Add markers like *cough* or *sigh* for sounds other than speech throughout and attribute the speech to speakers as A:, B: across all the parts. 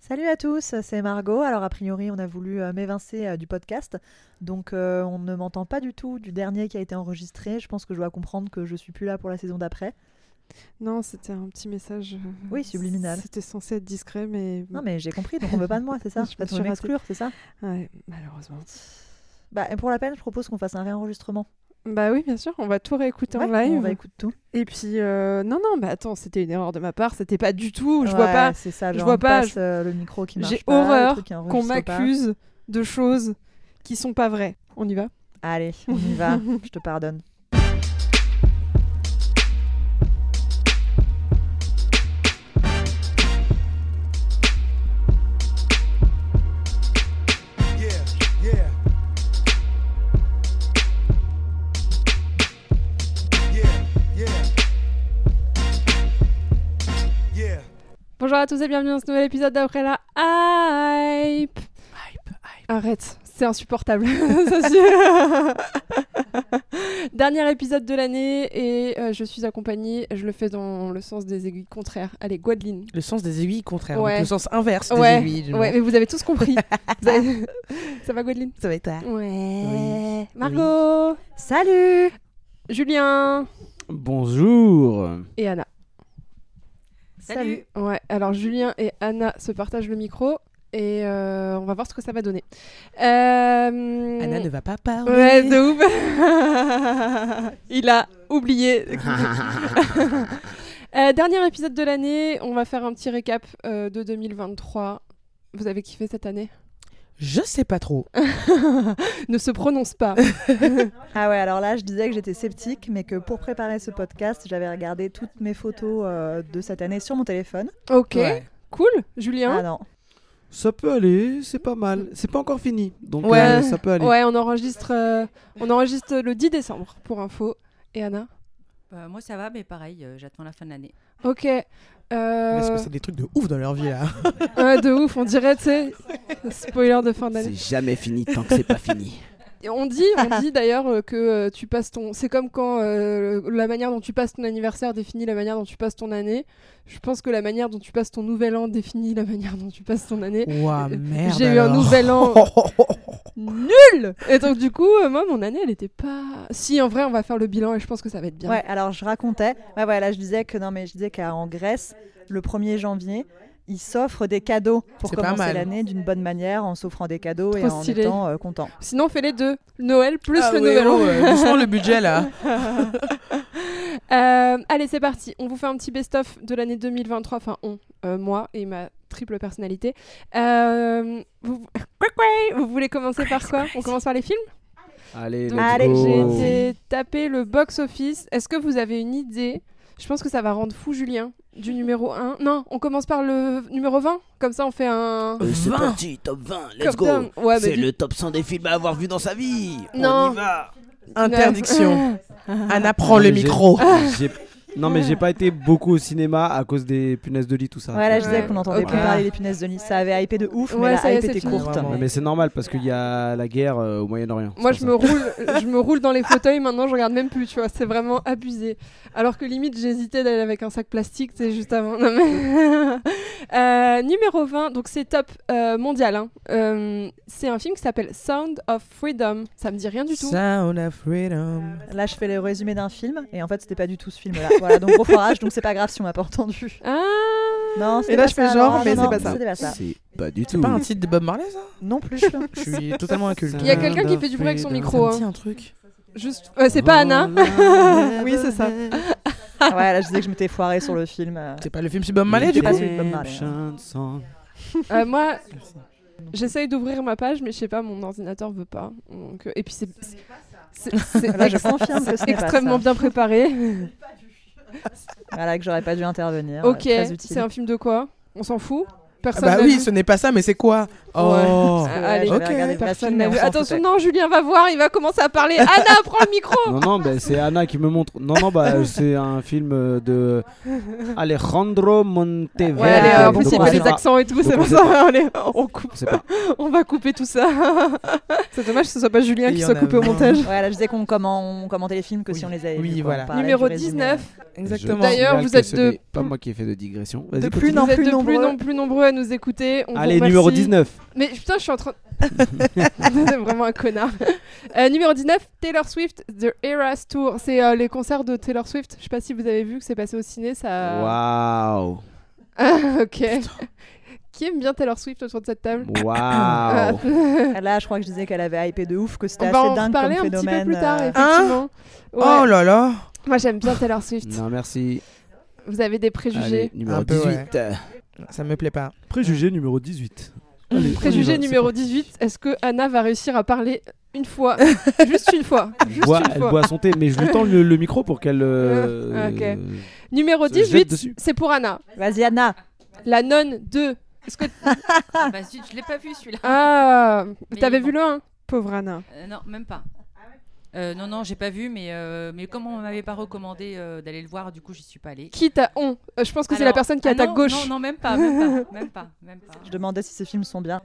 A: Salut à tous, c'est Margot. Alors a priori, on a voulu euh, m'évincer euh, du podcast, donc euh, on ne m'entend pas du tout du dernier qui a été enregistré. Je pense que je dois comprendre que je suis plus là pour la saison d'après.
B: Non, c'était un petit message. euh,
A: Oui, subliminal.
B: C'était censé être discret, mais
A: Non mais j'ai compris, donc on veut pas de moi, c'est ça
B: Mm.
A: Enfin,
B: *laughs* Je me
A: tu veux
B: suis ratée.
A: m'exclure, c'est ça
B: ouais, malheureusement.
A: Bah et pour la peine, je propose qu'on fasse un réenregistrement.
B: Bah oui, bien sûr, on va tout réécouter en
A: Ouais,
B: live.
A: On va écouter tout.
B: Et puis, euh, non, non, bah attends, c'était une erreur de ma part, c'était pas du tout. Je
A: Ouais,
B: vois pas
A: C'est ça.
B: je
A: genre,
B: vois
A: on
B: pas,
A: passe, euh, le micro qui marche
B: j'ai
A: pas, le
B: horreur
A: truc qui
B: qu'on
A: enregistre pas.
B: m'accuse de choses qui sont pas vraies. On y va
A: Allez, on y
B: *laughs*
A: va. je te pardonne.
C: Yeah, yeah. Yeah, yeah. Yeah.
B: Bonjour à tous et bienvenue dans ce nouvel épisode d'après la hype. Arrête, c'est *laughs* insupportable. Ça, c'est- *laughs* Dernier épisode de l'année et euh, je suis accompagnée, je le fais dans le sens des aiguilles contraires. Allez, Guadeline.
D: Le sens des aiguilles contraire,
B: Ouais.
D: donc le sens inverse des
B: Ouais,
D: aiguilles. du
B: ouais,
D: moins.
B: mais vous avez tous *laughs* compris. Vous avez- Ça va, Guadeline
D: Ça va être à-
B: Ouais.
D: Oui,
B: Margot,
A: Salut.
B: Julien
E: Bonjour
B: et Anna.
A: Salut.
B: Ouais, alors Julien et Anna se partagent le micro et euh, on va voir ce que ça va donner. Euh,
D: Anna ne va pas parler.
B: Ouais, de ouf. *laughs* Il a oublié. Euh, dernier épisode de l'année, on va faire un petit récap euh, de 2023. Vous avez kiffé cette *laughs* année
D: Je sais pas trop.
B: Ne se prononce pas.
A: Ah ouais, alors là, je disais que j'étais sceptique, mais que pour préparer ce podcast, j'avais regardé toutes mes photos euh, de cette année sur mon téléphone.
B: Ok,
D: Ouais.
B: cool. Julien
A: Ah non.
E: Ça peut aller, c'est pas mal. C'est pas encore fini, donc
B: Ouais.
E: euh, ça peut aller.
B: Ouais, on enregistre, euh, on enregistre le 10 décembre pour info. Et Anna
F: Bah, moi, ça va, mais pareil, euh, j'attends la fin de l'année.
B: Ok. euh,
D: Parce que c'est des trucs de ouf dans leur vie là.
B: ouais, de ouf, on dirait, tu sais, spoiler de fin d'année.
E: C'est jamais fini tant que c'est pas fini.
B: Et On dit,
A: *laughs*
B: on dit d'ailleurs euh, que euh, tu passes ton. C'est comme quand euh, le- la manière dont tu passes ton anniversaire définit la manière dont tu passes ton année. Je pense que la manière dont tu passes ton nouvel an définit la manière dont tu passes ton année.
D: *laughs* Ouah, merde.
B: J'ai eu un
D: alors.
B: nouvel
D: *laughs*
B: an nul Et donc, du coup, euh, moi, mon année, elle était pas. Si, en vrai, on va faire le bilan et je pense que ça va être bien.
A: Ouais, alors je racontais. Ouais, ouais, là, je disais que non, mais je disais qu'en Grèce, le 1er janvier, ils s'offrent des cadeaux pour
D: C'est pas
A: commencer
D: mal.
A: l'année d'une bonne manière, en s'offrant des cadeaux et
B: Trop
A: en
B: stylé.
A: étant euh, content.
B: Sinon, on fait les deux Noël plus
D: Ah
B: le
D: ouais,
B: nouvel
D: oh,
B: an.
D: ouais, doucement le budget là.
B: *laughs* Euh, allez, c'est parti. On vous fait un petit best-of de l'année 2023. Enfin, on, euh, moi et ma triple personnalité. Euh, vous... *laughs* Couac, couac. vous voulez commencer par quoi On commence par les films
E: *laughs* Allez,
B: Donc,
E: let's
A: Allez,
E: go.
B: J'ai été taper le box-office. Est-ce que vous avez une idée Je pense que ça va rendre fou Julien du numéro 1. Non, on commence par le numéro 20. Comme ça, on fait un.
G: Euh, c'est
D: 20.
G: parti, top 20, let's go.
B: Comme ça. Ouais, mais
G: c'est
B: dis-
G: le top 100 des films à avoir vu dans sa vie.
B: Non.
G: On y va.
D: *laughs*
B: *laughs*
D: Interdiction. Anna
E: Non,
D: prend le
E: mais j'ai-
D: micro.
E: *laughs* j'ai- Non, mais j'ai pas été beaucoup au cinéma à cause des punaises de lit, tout ça.
A: Ouais, là, je disais
B: Ouais,
A: qu'on n'entendait
B: ok.
A: plus parler des punaises de lit. Ça avait hypé de ouf,
B: Ouais,
A: mais
B: ça
A: la
B: y est,
A: hype
B: c'est
A: était
B: fini.
A: courte.
D: Vraiment.
E: Ouais, mais c'est normal parce qu'il y a la guerre euh, au Moyen-Orient.
B: Moi,
E: c'est
B: je
E: pour
A: *laughs*
B: me, roule, je me roule dans les fauteuils maintenant, je regarde même plus, tu vois, c'est vraiment abusé. Alors que limite, j'hésitais d'aller avec un sac plastique, c'est juste avant. Non, mais- *laughs* Euh, numéro 20, donc c'est top euh, mondial. hein. Euh, c'est un film qui s'appelle Sound of Freedom. Ça me dit rien du tout.
D: Sound of freedom.
A: Là, je fais le résumé d'un film, et en fait, c'était pas du tout ce film-là. voilà, donc gros forage, donc c'est pas grave si on m'a pas entendu.
B: Ah
A: Non, c'était
D: là,
A: pas
D: je fais
A: ça,
D: genre,
A: non,
D: mais
A: non,
D: c'est pas
A: non,
D: ça.
A: c'était pas
G: ça.
A: ça.
G: Oh, C'est pas du tout.
D: C'est pas un titre de Bob Marley ça
A: Non plus.
D: Je suis totalement inculte.
B: Il y a quelqu'un qui fait du bruit avec son
D: Ça me
B: micro,
D: dit
B: hein.
D: un truc.
B: Juste... euh, c'est pas Anna *laughs*
A: *laughs*
B: Oui, c'est ça.
A: Ah ouais, là, je disais que je m'étais foirée sur le film. euh.
D: C'est pas le film sur Bob Marley du
A: Pas
D: coup
A: celui de Bob Marley, hein.
E: Chanson.
A: *laughs*
B: Euh, moi, j'essaye d'ouvrir ma page, mais je sais pas, mon ordinateur veut pas. Donc, euh, et puis, c'est. c'est- c'est
A: Là, je
B: ex-
A: confirme que ce n'est pas
B: extrêmement
A: ça.
B: bien préparé.
A: Voilà, que j'aurais pas dû intervenir.
B: Ok,
A: euh, très utile.
B: c'est un film de quoi On s'en fout
D: Ah
B: Personne
D: Bah
B: n'a
D: oui,
B: vu
D: ce n'est pas ça, mais c'est quoi Oh
B: Ah,
A: Parce que, ouais,
B: allez.
A: Euh, j'avais
D: Ok.
A: regardé le
B: Personne
A: film,
B: n'a
A: mais on
B: vu.
A: s'en
B: Attention,
A: foutait.
B: non, Julien va voir, il va commencer à *laughs* parler. Anna, prends le micro
E: Non, non, bah, c'est Anna qui me montre. Non, non,
B: *laughs*
E: bah, c'est un film euh, de Alejandro Monteverde.
B: Ouais, allez,
A: euh,
B: en plus,
E: Donc,
B: il
E: on
B: fait
E: sait
B: des
E: pas-
B: accents et tout, c'est
E: on
B: pour
E: sait
B: ça. Allez, on *laughs* coupe,
E: on sait pas.
B: on va couper tout ça. *laughs* c'est dommage que ce soit pas Julien qui
D: Et il y
B: soit
D: en a
B: coupé au
D: vingt.
B: montage.
A: Ouais, là, je disais qu'on comment- on commentait les films que si
D: Oui.
A: on les avait
D: Oui,
A: vus, quoi,
D: voilà.
A: on parlait
B: Numéro
A: du résumé.
B: 19,
D: Exactement.
B: D'ailleurs,
E: Je
B: vous
E: signale
B: êtes
E: que
B: de-
E: ce n'est Pas moi qui ai fait de digression. Vas-y,
A: De plus
E: continue.
A: en
B: vous êtes
A: plus
B: de plus
A: nombreux.
B: en plus nombreux à nous écouter. On vous
E: Allez, numéro
B: remercie.
E: 19.
B: Mais putain, je suis en train. *laughs* C'est vraiment un connard. Euh, numéro 19, Taylor Swift, The Eras Tour. C'est euh, les concerts de Taylor Swift. Je sais pas si vous avez vu que c'est passé au ciné. Ça...
E: Waouh.
B: ok. *laughs* Qui aime bien Taylor Swift autour de cette table Ah,
A: *laughs*
E: Waouh.
A: Là, je crois que je disais qu'elle avait hypé de ouf, que c'était
B: bah,
A: assez
B: on va en
A: dingue comme
B: parler un petit
A: phénomène.
B: peu plus tard,
A: euh,
B: effectivement.
D: Oh
B: Ouais.
D: là là.
B: Moi, j'aime bien Taylor Swift.
E: Hein Non, merci.
B: Vous avez des préjugés.
E: Allez, numéro
D: Un peu,
E: 18.
D: ouais.
B: Ah,
D: Ça me plaît pas.
E: Préjugé numéro 18. Allez, on y
B: Préjugé
E: va,
B: numéro 18, est-ce que Anna va réussir à parler une fois
E: *laughs*
B: Juste une fois.
E: Elle
B: Juste
E: boit,
B: une
E: elle
B: fois.
E: boit son thé, mais je lui tends le, le micro pour qu'elle. euh,
B: Euh, ok.
E: euh,
B: Numéro
E: se jette
B: 18,
E: dessus.
B: c'est pour Anna.
A: Vas-y, Anna.
B: La nonne 2. Est-ce que.
F: Ah bah zut, je l'ai pas vu celui-là.
B: Ah
F: Mais
B: T'avais
F: bon.
B: vu le 1 Pauvre Anna.
F: Euh, non, même pas. Euh, non, non, j'ai pas vu, mais, euh, mais comme on m'avait pas recommandé euh, d'aller le voir, du coup, j'y suis pas allée.
B: Qui t'a on Euh, Je pense que c'est la
F: Alors-
B: personne qui est
F: Ah
B: à ta
F: non,
B: gauche.
F: Non, non, même pas, même pas, même pas, même pas.
A: Je demandais si ces films sont bien.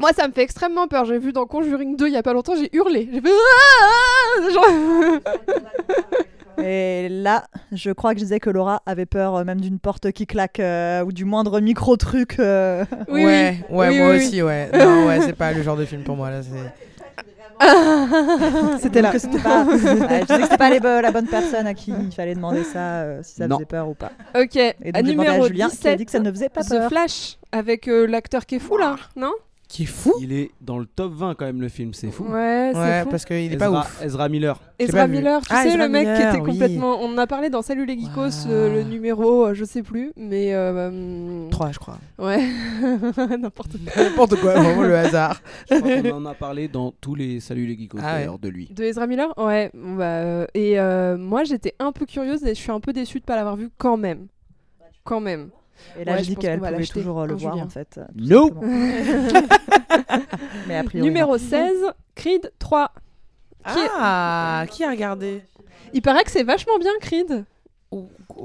B: Moi, ça me fait extrêmement peur. J'ai vu dans Conjuring 2 il y a pas longtemps, j'ai hurlé. J'ai fait. Ah Genre- *laughs*
A: Et là, je crois que je disais que Laura avait peur euh, même d'une porte qui claque euh, ou du moindre micro-truc. euh.
B: Oui,
D: ouais,
B: oui.
D: ouais,
B: Oui,
D: moi
B: oui, oui. *laughs*
D: aussi, ouais. Non, ouais, c'est pas le genre de film pour moi là. c'est-
A: *laughs* C'était là. Que c'était
B: *laughs*
A: pas, Ouais, je disais que c'était pas les bo- la bonne personne à qui il fallait demander ça, euh, si ça
E: Non.
A: faisait peur ou pas.
B: Ok.
A: Et
B: à
A: donc, j'ai demandé
B: numéro
A: à Julien qui a
B: 17,
A: dit que ça ne faisait pas
B: The
A: peur.
B: Flash, avec euh, l'acteur qui est fou là, non
D: Qui est fou.
E: Il est dans le top 20 quand même, le film, c'est fou.
B: Ouais, Ah, c'est
D: Ouais,
B: fou.
D: parce qu'il est
E: Ezra,
D: pas ouf.
E: Ezra Miller.
D: j'ai
B: Ezra
D: pas vu.
B: Miller, tu
D: Ah,
B: sais,
D: Ezra
B: le mec qui
D: Miller,
B: était
D: oui.
B: complètement. On en a parlé dans Salut les geekos, euh, le
D: Waouh.
B: numéro, euh, je sais plus, mais. euh, hum,
D: 3, je crois.
B: Ouais, *laughs* n'importe quoi.
D: *laughs* N'importe quoi, vraiment
B: *laughs*
D: le hasard.
E: Je crois qu'on en a parlé dans tous les Salut les geekos
D: Ah ouais.
E: d'ailleurs de lui.
B: De Ezra Miller Ouais, bon, bah, euh, et euh, moi j'étais un peu curieuse et je suis un peu déçue de pas l'avoir vu quand même. Quand même.
A: Et là,
B: Ouais,
A: j'ai
B: je
A: dit
B: pense
A: qu'elle
B: qu'on va
A: pouvait
B: l'acheter,
A: toujours euh, le
B: hein,
A: voir
B: Julien.
A: en fait. euh, tout
E: No.
A: simplement.
B: *laughs*
A: Mais a priori. non.
B: Numéro 16, Creed 3. est-
D: Ah, qui a regardé
B: Il paraît que c'est vachement bien Creed.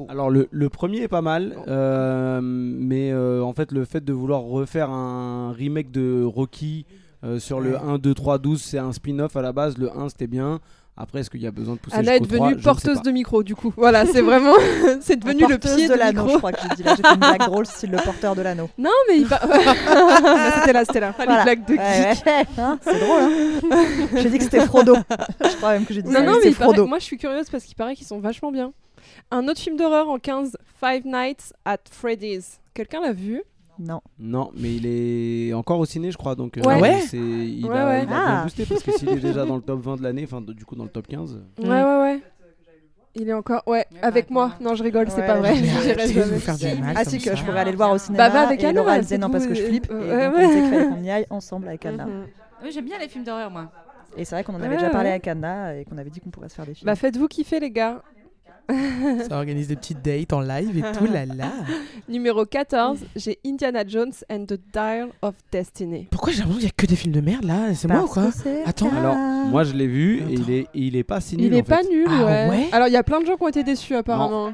E: Alors le, le premier est pas mal, euh, mais euh, en fait le fait de vouloir refaire un remake de Rocky euh, sur le
D: Ouais.
E: 1, 2, 3, 12, c'est un spin-off à la base, le 1 c'était bien, après est-ce qu'il y a besoin de pousser
B: Anna est
E: jusqu'au 3
B: devenue
E: Je ne sais
B: porteuse
E: pas.
B: de micro du coup. Voilà,
A: *laughs*
B: c'est vraiment. *laughs* c'est devenu le
A: Porteuse
B: pied de,
A: de l'anneau, je
B: micro.
A: crois que j'ai dit là. J'ai fait une blague drôle, c'est le porteur de l'anneau.
B: Non mais il par- *laughs* c'était là, c'était là. Ah, les
A: Voilà.
B: blagues de geek.
A: Ouais, ouais, hein, c'est drôle. Hein
B: *laughs*
A: j'ai dit que c'était Frodo. Je crois même que j'ai dit
B: Non,
A: ça.
B: non,
A: oui,
B: mais
A: c'est
B: il paraît-
A: Frodo.
B: moi je suis curieuse parce qu'il paraît qu'ils sont vachement bien. Un autre film d'horreur en 15, Five Nights at Freddy's. Quelqu'un l'a vu
A: Non.
E: Non, mais il est encore au ciné je crois, donc euh,
B: Ouais.
D: Ah ouais
E: c'est- il,
B: Ouais,
E: a,
B: ouais.
E: il a bien
A: Ah.
E: boosté parce que s'il est déjà dans le top 20 de l'année, enfin de- du coup dans le top 15,
B: Ouais,
D: Mm.
B: ouais, ouais. Il est encore. Ouais,
F: Ouais,
B: avec
F: bah,
B: moi.
F: attends.
B: Non, je rigole, c'est
A: Ouais,
B: pas
A: *laughs*
B: vrai.
A: je-
B: Je dirais
D: je vais
B: jamais.
D: vous faire du mal.
A: Ah
D: comme
A: si
D: ça.
A: que je pourrais aller le voir au cinéma.
B: Bah, va avec
A: et
B: Anna,
A: Laura elle disait
B: c'est
A: non parce
B: tout,
A: que je
B: euh,
A: flippe. Et
B: euh,
A: donc,
B: ouais.
A: on disait qu'il fallait qu'on y aille ensemble avec Anna.
B: Mhm.
F: Ah Oui, j'aime bien les films d'horreur,
B: *laughs*
F: moi.
A: Et c'est vrai qu'on en avait
B: Ouais,
A: déjà parlé
B: ouais.
A: avec Anna et qu'on avait dit qu'on pourrait se faire des films.
B: Bah, faites-vous kiffer, les gars.
D: *laughs* Ça organise des petites dates en live et tout, là là.
B: Numéro 14, j'ai Indiana Jones and the Dial of Destiny.
D: *laughs* Pourquoi j'ai l'impression qu'il y a que des films de merde là
B: Bah,
D: C'est moi ou
A: Parce
D: quoi
A: que c'est
D: Attends.
E: alors
A: Ah.
E: moi je l'ai vu et
D: Attends.
E: il est, il est pas si nul
B: Il est
E: en
B: pas
E: fait.
B: nul,
D: Ah
B: ouais.
D: ouais
B: Alors, il y a plein de gens qui ont été déçus, apparemment.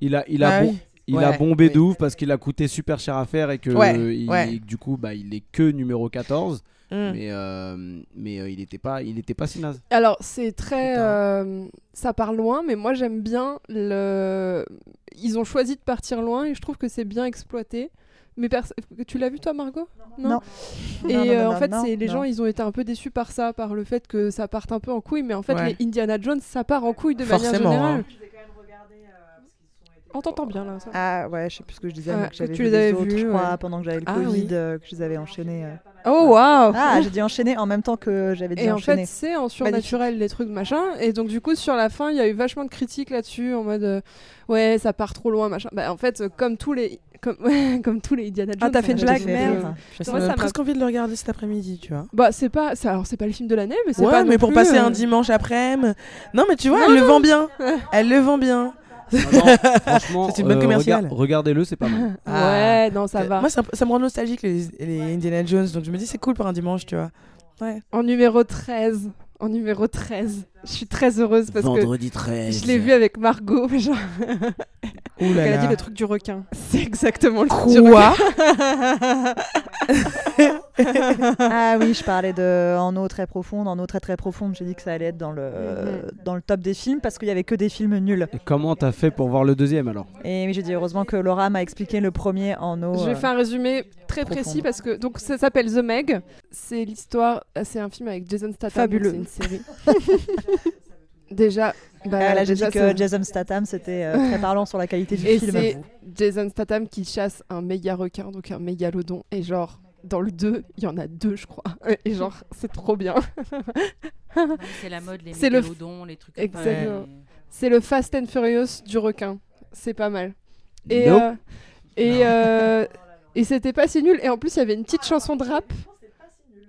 E: Il a, il a,
D: Ah
E: bon-
D: oui.
E: Il
D: Ouais,
E: a bombé de
D: oui.
E: ouf parce qu'il a coûté super cher à faire et que
D: Ouais,
E: euh, il-
D: ouais.
E: du coup bah il est que numéro 14
B: Mm.
D: Hmm.
E: mais euh, mais euh, il était pas il était pas si naze.
B: Alors, c'est très.
D: Putain.
B: euh, ça part loin, mais moi, j'aime bien le. Ils ont choisi de partir loin et je trouve que c'est bien exploité. Mais pers- tu l'as vu, toi, Margot
A: Non.
B: Et
A: Non, non,
B: euh,
A: non,
B: en
A: non,
B: fait,
A: non,
B: c'est les
A: non.
B: gens, ils ont été un peu déçus par ça, par le fait que ça parte un peu en couille. Mais en fait,
D: Ouais.
B: les Indiana Jones, ça part en couille de manière
D: Forcément,
B: générale.
D: hein.
B: On t'entend bien là. Ça.
A: Ah ouais, je sais plus ce que je disais,
B: Ouais,
A: mais que j'avais
B: tu
A: vu
B: les avais
A: autres,
B: vus,
A: je crois,
B: ouais.
A: pendant que j'avais le
D: Ah,
A: Covid,
D: oui.
A: euh, que je les avais enchaînés. euh.
B: Oh waouh
A: Ah, j'ai dit enchaîner en même temps que j'avais dit
B: Et en
A: enchaîner.
B: fait, c'est en surnaturel les trucs machin. Et donc, du coup, sur la fin, il y a eu vachement de critiques là-dessus en mode euh, ouais, ça part trop loin machin. Bah, en fait, euh, comme tous les comme, *laughs* comme tous les Indiana Jones.
A: t'as
B: ça
A: fait
B: m'a
A: une blague,
B: fait
A: merde.
B: rire.
D: Ça
B: Moi, ça
D: m'a
B: m'a-
D: presque envie de le regarder cet après-midi, tu vois.
B: Bah, c'est pas ça. Alors, c'est pas le film de l'année, mais c'est
D: Ouais,
B: pas non
D: mais pour
B: plus,
D: passer
B: euh,
D: un dimanche après-midi. Non, mais tu vois, elle le
B: *laughs*
D: vend bien. Elle le vend bien.
E: franchement
D: *laughs* C'est une bonne commerciale.
E: rega- Euh, regardez-le c'est pas
B: *laughs*
E: mal.
D: Ah.
B: Ouais, non, ça va.
D: Moi, ça, ça me rend nostalgique les, les Indiana Jones, donc je me dis c'est cool pour un dimanche, tu vois. Ouais.
B: En numéro 13. En numéro 13. Je suis très heureuse parce
G: Vendredi
B: que
G: 13.
B: je l'ai vu avec Margot. *laughs* mais Genre,
D: Ouh là
B: elle a dit
D: là.
B: le truc du requin. C'est exactement le truc du requin.
D: Quoi
A: Ah oui, je parlais de En eau très profonde. En eau très très profonde, j'ai dit que ça allait être dans le,
B: Mhm.
A: dans le top des films parce qu'il y avait que des films nuls.
E: Et comment t'as fait pour voir le deuxième alors
A: Et oui, j'ai dit heureusement que Laura m'a expliqué le premier en eau.
B: Je
A: euh,
B: vais faire un résumé très précis
A: profonde.
B: parce que donc ça s'appelle The Meg. C'est l'histoire, euh, c'est un film avec Jason Statham.
A: Fabuleux.
B: donc C'est une série. *laughs* déjà, bah,
A: Ah, là, j'ai dit
B: déjà,
A: que
B: c'est-
A: Jason Statham, c'était euh, très parlant sur la qualité du
B: Et
A: film.
B: c'est Jason Statham qui chasse un méga requin, donc un mégalodon. Et genre, dans le 2, il y en a deux, je crois. *laughs* Et genre, c'est trop bien.
F: Non, mais C'est la mode, les
B: C'est le f-
F: mégalodons, les trucs
B: Exactement.
F: comme ça. les-
B: C'est le Fast and Furious du requin. C'est pas mal. Et,
E: Nope.
B: euh, et, euh, et c'était pas si nul. Et en plus, il y avait une petite chanson de rap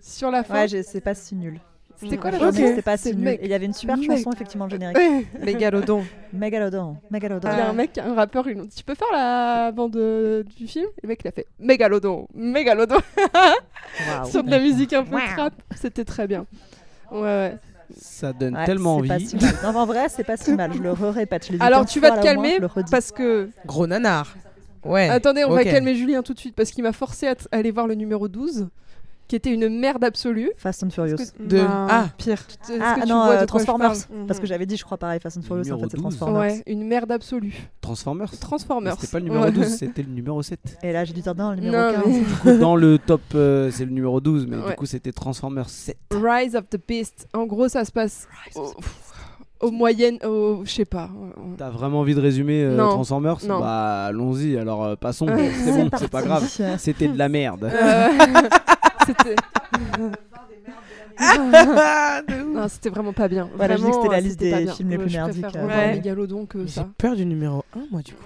B: sur la fin.
A: Ouais, j'ai- c'est pas si nul.
B: C'était quoi la
A: J'en ai-
B: chanson
A: C'était pas
B: C'est
A: si nul.
B: mec.
A: Et Il y avait une super
B: Mec.
A: chanson, effectivement, le générique.
D: Mégalodon.
A: Mégalodon, Mégalodon.
B: Il y a un mec, un rappeur, il nous dit Tu peux faire la bande euh, du film Et Le mec, il a fait Mégalodon, Mégalodon,
A: Waouh.
B: sur de la musique un peu trap. C'était très bien. Ouais, ouais.
E: Ça donne
A: Ouais,
E: tellement
A: c'est pas
E: envie.
A: si mal. Non, mais en vrai, c'est pas si mal. Je le répète. Je l'ai dit
B: Alors,
A: 15
B: tu vas
A: fois,
B: te
A: là, au moins,
B: calmer
A: je le redis.
B: parce que.
D: *laughs* Gros nanar. Ouais.
B: Attendez, on
D: Eh, ok.
B: va calmer Julien tout de suite parce qu'il m'a forcé à t- aller voir le numéro 12, qui était une merde absolue.
A: Fast and Furious.
B: Est-ce que-
D: De...
H: Non.
D: Ah,
B: Pire. Est-ce que
A: Bah, Ah
B: tu
A: non,
B: vois
A: euh,
B: de quoi je parle
A: Transformers.
H: Mhm.
A: Parce que j'avais dit, je crois, pareil, Fast and Furious, en
E: Numéro
A: fait, c'est
E: 12.
A: Transformers.
B: Ouais, une merde absolue.
E: Transformers.
B: Transformers.
E: C'était pas le numéro
B: Ouais. *laughs*
E: 12, c'était le numéro 7.
A: Et là, j'ai dû dire non, le numéro
B: Non,
A: 15.
B: mais-
E: Du coup, dans le top, euh, c'est le numéro 12, mais
B: Ouais.
E: du coup, c'était Transformers 7.
B: Rise of the Beast. En gros, ça se passe au, au moyen. au- Je sais pas.
E: T'as vraiment envie de résumer euh,
B: Non.
E: Transformers
B: Non.
E: Bah, allons-y, alors euh, passons.
B: Ouais.
E: c'est bon,
A: parti.
E: c'est pas grave. C'était de la merde.
B: Euh, *laughs* c'était. non, c'était vraiment pas bien.
A: Voilà, je dis que
B: Vraiment,
A: c'était la
B: euh,
A: liste
B: c'était pas
A: des
B: bien.
A: films les
B: Ouais,
A: plus
B: je
A: merdiques,
B: préfère
A: euh,
B: revoir
H: ouais.
B: Mégalodon que
D: mais j'ai
B: ça.
D: peur du numéro 1, moi, du coup.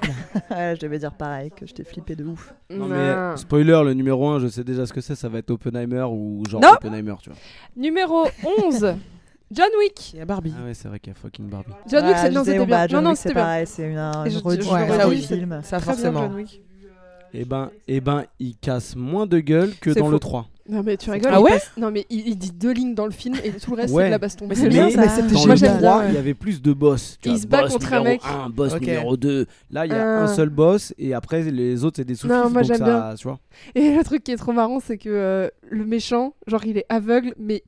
D: là.
A: Ouais, je devais dire pareil, que je t'ai flippé de ouf.
E: Non,
A: euh,
E: mais spoiler, le numéro 1, je sais déjà ce que c'est, ça va être Oppenheimer ou genre
B: Non.
E: Oppenheimer, tu vois.
B: Numéro
A: *laughs*
B: 11, John Wick.
D: Il y a Barbie.
E: Ah ouais, c'est vrai qu'il y a fucking Barbie.
B: John Wick,
A: Voilà,
B: c'est-
A: je
B: non,
A: disais,
B: c'était
A: bon,
B: bien.
A: bah, John
B: non, non,
A: Wick,
B: c'était
A: c'est
B: bien.
A: pareil, c'est une, un-
B: Et je-
A: une redite
B: je
A: du
D: le redis,
A: premier
D: c'est-
A: film.
D: Ça,
B: Très bien,
D: forcément.
B: John Wick.
E: Et ben, et ben, il casse moins de gueule que
B: C'est
E: dans
B: faux.
E: le 3.
B: Non, mais tu rigoles.
D: Ah
B: il
D: ouais
B: passe- Non, mais il, il dit deux lignes dans le film et tout le reste,
E: Ouais.
B: c'est de la baston.
D: Mais
E: Mais
D: c'est bien, ça.
E: mais
D: c'était
E: dans
B: Moi,
E: le
B: j'aime
E: 3,
B: bien,
E: il y avait plus de boss. Tu
B: Il
E: vois,
B: se bat
E: boss
B: contre un
E: numéro
B: mec.
E: 1, boss
D: Ok.
E: numéro 2. Là, il y a
B: Euh.
E: un seul boss et après, les autres, c'est des sous-fifs.
B: Non, moi,
E: donc
B: j'aime
E: ça,
B: bien. Mm.
E: Tu vois.
B: Et le truc qui est trop marrant, c'est que euh, le méchant, genre, il est aveugle, mais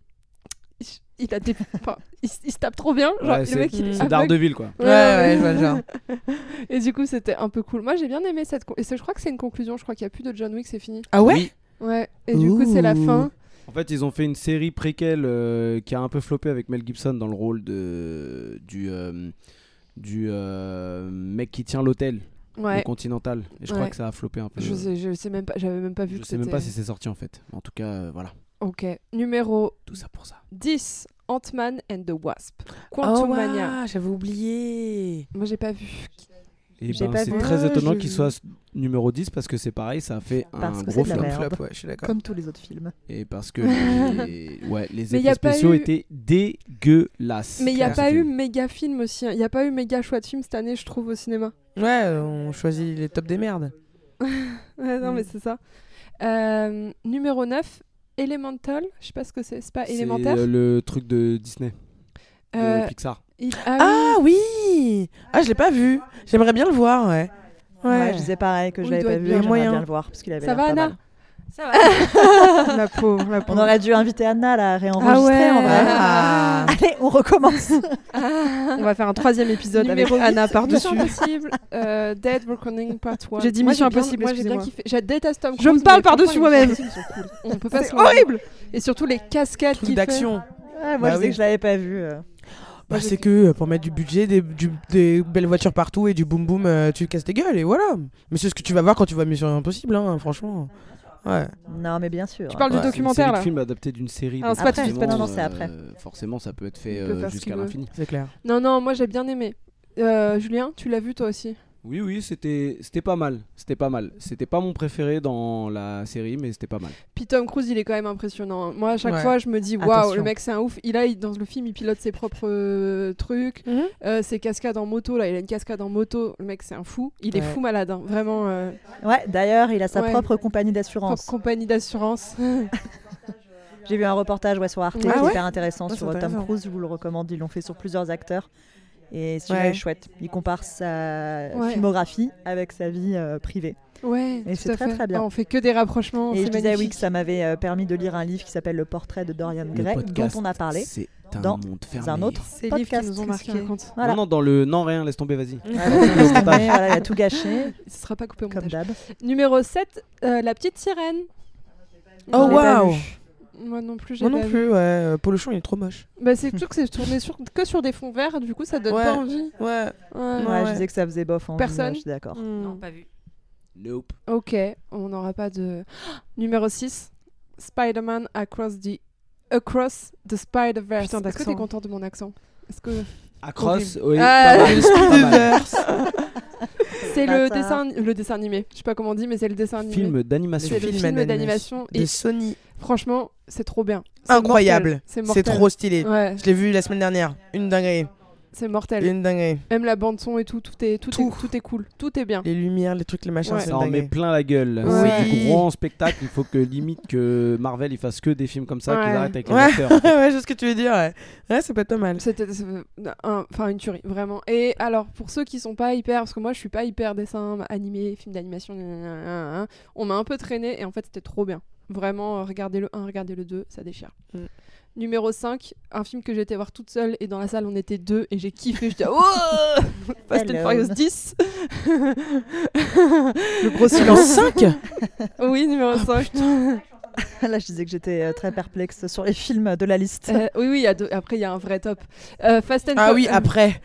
B: il- il *laughs* a des. enfin, il, il se tape trop bien. Genre,
E: Ouais,
B: le mec, il est
E: C'est
B: aveugle.
E: Daredevil, quoi.
D: Ouais, ouais, je vois le genre.
B: Et du coup, c'était un peu cool. Moi, j'ai bien aimé cette. con- Et c'est- je crois que c'est une conclusion. Je crois qu'il n'y a plus de John Wick, c'est fini.
D: *laughs* Ah ouais
E: Oui.
B: Ouais. Et du coup, c'est la
D: Ouh.
B: fin.
E: En fait, ils ont fait une série préquelle euh, qui a un peu floppé avec Mel Gibson dans le rôle de du euh, du euh, mec qui tient l'hôtel, le
B: Ouais.
E: Continental. Et je crois
B: Ouais.
E: que ça a floppé un peu.
B: Je sais, je sais même pas. J'avais même pas vu
E: Je
B: que
E: sais
B: c'était.
E: même pas si c'est sorti en fait. En tout cas, euh, voilà.
B: Ok. Numéro
E: Tout ça pour ça.
B: 10. Ant-Man and the Wasp.
D: Oh,
B: Quantumania.
D: waouh, j'avais oublié.
B: Moi, j'ai pas vu.
E: Et
A: J'ai
E: ben,
A: pas
E: c'est
A: vu.
E: très
D: Ah,
E: étonnant
D: j'ai
E: qu'il
D: vu.
E: soit s- numéro 10 parce que c'est pareil, ça a fait
A: Parce
E: un
A: que
E: gros
A: c'est de la
E: flop.
A: merde.
D: Flop, ouais, je suis d'accord.
A: Comme tous les autres films.
E: Et
A: *laughs*
E: parce que les, ouais, les
B: Mais y a
E: effets
B: pas
E: spéciaux
B: eu-
E: étaient dégueulasses.
B: Mais il n'y a
E: Clair,
B: pas
E: ce
B: eu
E: film.
B: méga film aussi. hein. Il n'y a pas eu méga choix de film cette année, je trouve, au cinéma.
D: Ouais, on choisit les tops des merdes.
B: Ouais,
H: Mm.
B: non, mais c'est ça. Euh, numéro 9. Elemental, je sais pas ce que c'est, c'est pas
E: C'est,
B: élémentaire.
E: euh, le truc de Disney, de
B: Euh,
E: Pixar.
B: il- ah oui,
D: Ah oui Ah, je l'ai pas vu. J'aimerais bien le voir, ouais.
A: Ouais. je disais pareil que
B: Oui,
A: je
B: il
A: l'avais
B: doit
A: pas
B: être
A: vu,
B: bien
A: j'aimerais
D: moyen.
A: bien le voir parce qu'il avait
B: Ça
A: l'air
B: va,
A: pas
B: Anna
A: mal.
F: Ça va.
D: la pauvre, la
A: On aurait dû inviter Anna là, à réenregistrer
B: Ah ouais.
A: en vrai.
D: Ah.
A: *laughs* Allez, on recommence.
H: *laughs* On va faire un troisième épisode avec
B: Numéro huit,
H: Anna par-dessus.
B: Mission Impossible, euh, Dead Reckoning Part 1.
H: J'ai dit
B: Moi,
H: Mission
B: bien-
H: Impossible,
B: moi j'ai bien kiffé.
H: excusez-moi.
B: Je déteste Tom
H: Je me
B: Cruise,
H: parle
B: mais franchement,
H: par-dessus
B: les
H: moi-même.
B: Missions Impossible sont cool. On peut pas
H: C'est
B: se mentir.
H: horrible
B: Et surtout les cascades
D: Truc
B: qu'il fait.
D: d'action.
A: Ouais, moi
D: Bah
A: je sais
D: oui.
A: que je l'avais pas vu. euh.
D: Bah, c'est que euh, pour mettre du budget, des, du- des belles voitures partout et du boum boum, euh, tu casses tes gueules et voilà. Mais c'est ce que tu vas voir quand tu vois Mission Impossible, hein, franchement. Ouais.
A: Non, mais bien sûr.
H: Tu parles
D: Ouais,
H: du
E: C'est une série
H: documentaire
E: de
H: là.
E: films adaptés d'une série.
H: Ah,
E: donc
H: c'est pas
A: tout de suite,
E: forcément,
A: non, non, c'est après.
E: euh, Forcément, ça peut être fait
B: Il peut
E: euh,
B: faire ce
E: jusqu'à
B: qu'il veut.
E: l'infini.
D: C'est clair.
B: Non, non, moi j'ai bien aimé. Euh, Julien, tu l'as vu toi aussi
E: Oui, oui, c'était, c'était pas mal. C'était pas mal. C'était pas mon préféré dans la série, mais c'était pas mal.
B: Puis Tom Cruise, il est quand même impressionnant. hein. Moi, à chaque
D: Ouais.
B: fois, je me dis, waouh, le
D: Attention.
B: mec, c'est un ouf. Il a, il- dans le film, il pilote ses propres euh, trucs.
D: Mhm.
B: Euh, ses cascades en moto, là, il a une cascade en moto. Le mec, c'est un fou. Il est
D: Ouais.
B: fou malade, hein. vraiment. euh,
A: Ouais, d'ailleurs, il a sa
B: Ouais.
A: propre compagnie
B: propre
A: d'assurance.
B: compagnie d'assurance. *laughs*
A: J'ai vu un reportage ouais, sur Arte,
B: Ah
A: qui est
D: ouais
A: hyper intéressant
D: Ah, c'est
A: sur euh, Tom
D: intéressant.
A: Cruise, je vous le recommande, ils l'ont fait sur plusieurs acteurs. Et celui-là
D: Ouais.
A: est chouette. Il compare sa
B: Ouais.
A: filmographie avec sa vie euh, privée.
B: Ouais,
A: Et
B: tout
A: c'est
B: à
A: très,
B: fait.
A: très bien.
B: Ah, on fait que des rapprochements.
A: Et
B: Oh, c'est
A: je disais oui
B: magnifique.
A: que ça m'avait euh, permis de lire un livre qui s'appelle Le portrait de Dorian
E: Le
A: Gray, dont
E: podcast,
A: on a parlé.
E: C'est un
A: dans
E: monde
A: dans
E: fermé.
A: un
E: *laughs*
A: autre
B: Ces livres qui
A: podcast.
B: nous ont marqué.
A: Voilà.
E: Non, non, dans le. Non, rien, laisse tomber, vas-y.
A: Voilà, laisse tomber, voilà, il a tout gâché,
B: Ce sera pas coupé au
A: comme
B: montage.
A: d'hab.
B: Numéro 7, euh, La petite sirène.
D: Oh
A: l'ai pas
D: waouh
B: Moi non plus, j'ai
D: Moi
B: pas
D: non
B: vu.
D: plus, ouais. euh, Polochon, il est trop moche.
B: Bah, c'est sûr que c'est tourné sur, que sur des fonds verts, du coup ça donne
D: Ouais.
B: pas envie.
D: Ouais.
B: Ah Ouais.
A: Ouais,
D: Ouais,
A: je
D: ouais.
A: disais que ça faisait bof en ville,
B: Personne.
A: je suis d'accord.
B: Hmm.
F: Non, pas vu.
E: Nope.
B: Ok, on n'aura pas de. *gasps* Numéro 6, Spider-Man Across the, Across the Spider-Verse.
D: Putain,
B: Est-ce que
D: d'accent.
B: t'es content de mon accent Est-ce
D: *laughs*
B: que...
E: Across,
B: Horrible.
E: oui.
B: Ah,
E: pas mal, pas mal.
B: C'est le
A: Bâtard.
B: dessin, le dessin animé. Je sais pas comment on dit, mais *laughs* c'est le dessin animé.
E: Film
B: C'est
E: d'animation.
B: le
D: film
B: film
D: d'animation.
B: d'animation.
D: De
B: Et
D: Sony.
B: franchement, c'est trop bien. C'est
D: Incroyable.
B: mortel.
D: C'est
B: mortel.
D: trop stylé.
B: Ouais,
D: Je l'ai vu la semaine dernière. Une dinguerie.
B: c'est mortel.
D: Une dinguerie.
B: Même la bande son et tout, tout est, tout,
D: Tout.
B: Est, tout est cool, tout est bien.
D: Les lumières, les trucs, les machins,
B: Ouais.
D: c'est
E: Ça
D: une
E: en met
D: dinguerie.
E: plein la gueule.
D: Ouais.
E: C'est du
D: Oui.
E: grand spectacle. Il faut que limite que Marvel il fasse que des films comme ça, qu'ils
B: Ouais.
E: arrêtent avec les
D: Ouais.
E: acteurs.
D: *laughs* ouais, je sais ce que tu veux dire. Ouais, ouais c'est pas trop mal.
B: C'était c'est euh, un- enfin une tuerie vraiment. Et alors pour ceux qui sont pas hyper, parce que moi je suis pas hyper dessin animé, film d'animation, gna, gna, gna, gna, gna, on m'a un peu traîné et en fait c'était trop bien. Vraiment, euh, regardez le 1, regardez le 2, ça déchire.
D: Mm.
B: Numéro 5, un film que j'étais voir toute seule et dans la salle on était deux et j'ai kiffé, j'étais
D: *laughs*
B: oh Fast and
A: Hello.
B: Furious 10
D: Le gros silence 5
B: *laughs* Oui, numéro
D: Ah,
B: 5.
A: *laughs* Là, je disais que j'étais euh, très perplexe sur les films de la liste.
B: Euh, oui, oui, il y a deux- après il y a un vrai top. Euh, Fast and
D: *laughs* Ah
B: Fur-
D: oui, après.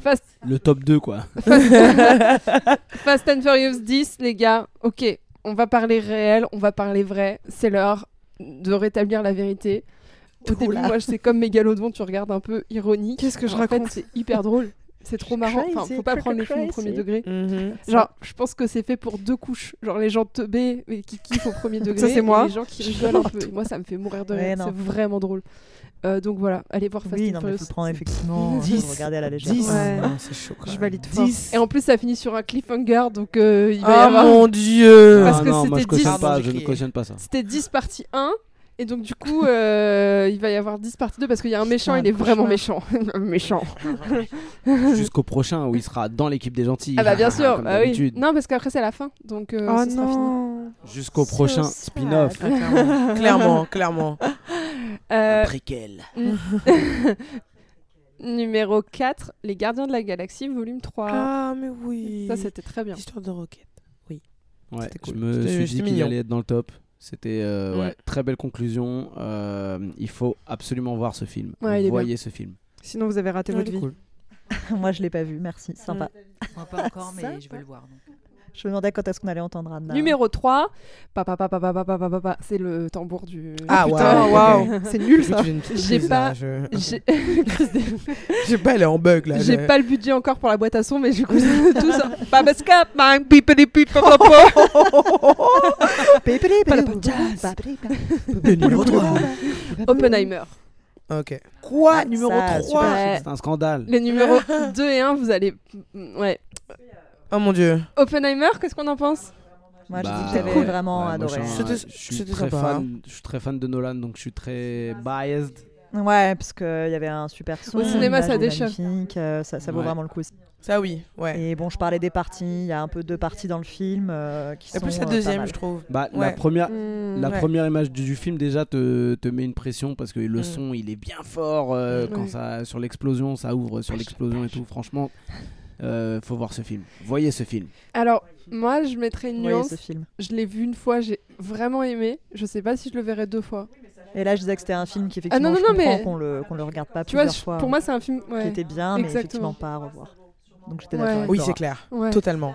B: Fast,
E: Le top 2, quoi.
A: *laughs*
B: Fast and Furious 10, les gars, ok, on va parler réel, on va parler vrai, c'est l'heure de rétablir la vérité. Au
A: Oula.
B: début, moi, c'est comme Mégalodon, tu regardes un peu ironique.
D: Qu'est-ce que je
B: En
D: raconte
B: fait, c'est hyper drôle, c'est trop marrant. Enfin,
A: Crazy,
B: faut pas prendre les films au
A: crazy.
B: premier degré.
D: Mhm.
B: Genre, je pense que c'est fait pour deux couches. Genre, les gens teubés et qui kiffent au premier degré.
D: c'est
B: et
D: moi.
B: Les gens qui rigolent un peu. Et moi, ça me fait mourir de
A: Ouais,
B: rire.
A: non.
B: C'est vraiment drôle. Euh, donc voilà, allez voir Fast
A: Oui,
B: and
A: non, mais
B: Furious.
A: faut le prendre effectivement,
D: Dix.
A: faut regarder à la légère.
D: 10.
B: Ouais.
D: C'est chaud quand
B: Je
D: même.
B: valide fort.
D: 10.
B: Et en plus, ça finit sur un cliffhanger, donc euh, il va y
A: Ah
D: Oh
B: avoir.
D: *laughs* mon dieu
B: Parce
E: Ah
B: que
E: non, moi
B: c'était
E: je cautionne
D: dix-
E: pas,
D: Pardon,
E: je
D: j'ai
E: ne
D: crié.
E: cautionne pas ça.
B: C'était 10 partie 1. Et donc, du coup, euh, il va y avoir 10 parties 2 parce qu'il y a un méchant,
A: Putain,
B: il est vraiment
A: cauchemar.
B: méchant. méchant.
E: Jusqu'au prochain où il sera dans l'équipe des gentils.
B: Ah bah, bien sûr.
E: comme
B: bah oui.
E: d'habitude.
B: Non, parce qu'après, c'est la fin. Donc, euh,
D: Oh
B: ce sera fini.
D: non
E: Jusqu'au prochain
A: sad.
E: spin-off.
D: Ah, clairement. clairement, *laughs* clairement.
B: Euh,
G: Préquel.
B: *laughs* numéro 4, Les Gardiens de la Galaxie, volume 3.
D: Ah, mais oui.
B: Ça, c'était très bien.
D: Histoire de Rocket.
E: Ouais,
D: C'était
E: je
D: cool.
E: me
D: C'était-
E: suis
D: c'était
E: dit qu'il
D: mignon.
E: allait être dans le top. C'était euh,
D: Mm.
E: ouais, très belle conclusion. Euh, il faut absolument voir ce film.
B: Ouais, il est
E: Voyez ce film.
H: Sinon, vous avez raté
D: Ouais,
H: votre
D: il est
H: vie.
A: *laughs*
D: cool.
A: Moi, je l'ai pas vu, merci, sympa.
F: Moi, pas encore, mais
A: Sympa.
F: je veux le voir. donc.
A: Je me demandais quand est-ce qu'on allait entendre Anna.
B: Numéro 3, papa, papa, papa, papa, papa, c'est le tambour du.
D: Ah,
B: putain,
A: Oh,
D: ouais,
B: waouh,
D: ok.
B: c'est nul
A: *laughs*
B: ça. J'ai
D: J'ai
B: pas-
D: Je...
B: *laughs*
D: *laughs*
B: J'ai *laughs* Chris Dale.
D: J'ai pas, elle est en bug là.
B: J'ai
D: je-
B: pas le budget encore pour la boîte à son, mais du coup, tout ça. Bah, Babasca, bang, pipidi, pipapapa.
D: *laughs* Numéro 3.
B: Oppenheimer.
D: Ok.
A: Ah,
D: Quoi
A: numéro ça, trois
B: super.
E: C'est un scandale.
B: Les numéros 2 et 1, vous allez. Ouais.
D: Oh mon dieu.
B: Oppenheimer, qu'est-ce qu'on en pense
A: Moi, j'ai
E: Bah,
A: dit que j'avais euh,
D: cool.
A: vraiment
E: ouais, moi,
A: adoré.
E: je suis un-
D: C'était-
E: je suis
D: c'était
E: très
D: sympa,
E: fan. Je suis très fan de Nolan, donc je suis très biased.
A: Ouais, parce qu'il y avait un super son.
B: Au cinéma, ça
A: l'image est
B: déchire.
A: magnifique, euh, ça, ça vaut
E: Ouais.
A: vraiment le coup.
D: Ça oui, ouais.
A: Et bon, je parlais des parties. Il y a un peu deux parties dans le film euh, qui
D: Et
A: sont.
D: plus la
A: euh, pas
D: deuxième,
A: mal.
D: je trouve.
E: Bah, la
D: Ouais.
E: première,
A: Hmm.
E: la
D: ouais.
E: première image du, du film déjà te, te met une pression parce que le
D: Mm.
E: son il est bien fort euh,
B: Mm.
E: quand
B: Ouais.
E: ça sur l'explosion, ça ouvre sur l'explosion et tout. Franchement, euh, faut voir ce film. Voyez ce film.
B: Alors, moi, je mettrais une
A: Vous voyez
B: nuance.
A: ce film.
B: Je l'ai vu une fois, j'ai vraiment aimé. Je sais pas si je le verrai deux fois.
A: Et là, je disais que c'était un film qui effectivement,
B: Ah, non,
A: je
B: non,
A: comprends
B: mais-
A: qu'on le qu'on le regarde pas
B: Tu vois,
A: plusieurs
B: je-
A: fois.
B: pour moi, c'est un film.
A: qui
B: Ouais.
A: était bien, mais
B: Exactement.
A: effectivement pas à revoir. Donc j'étais
B: Ouais.
A: d'accord. avec
D: Oui,
A: Laura.
D: c'est clair.
B: Ouais.
D: Totalement.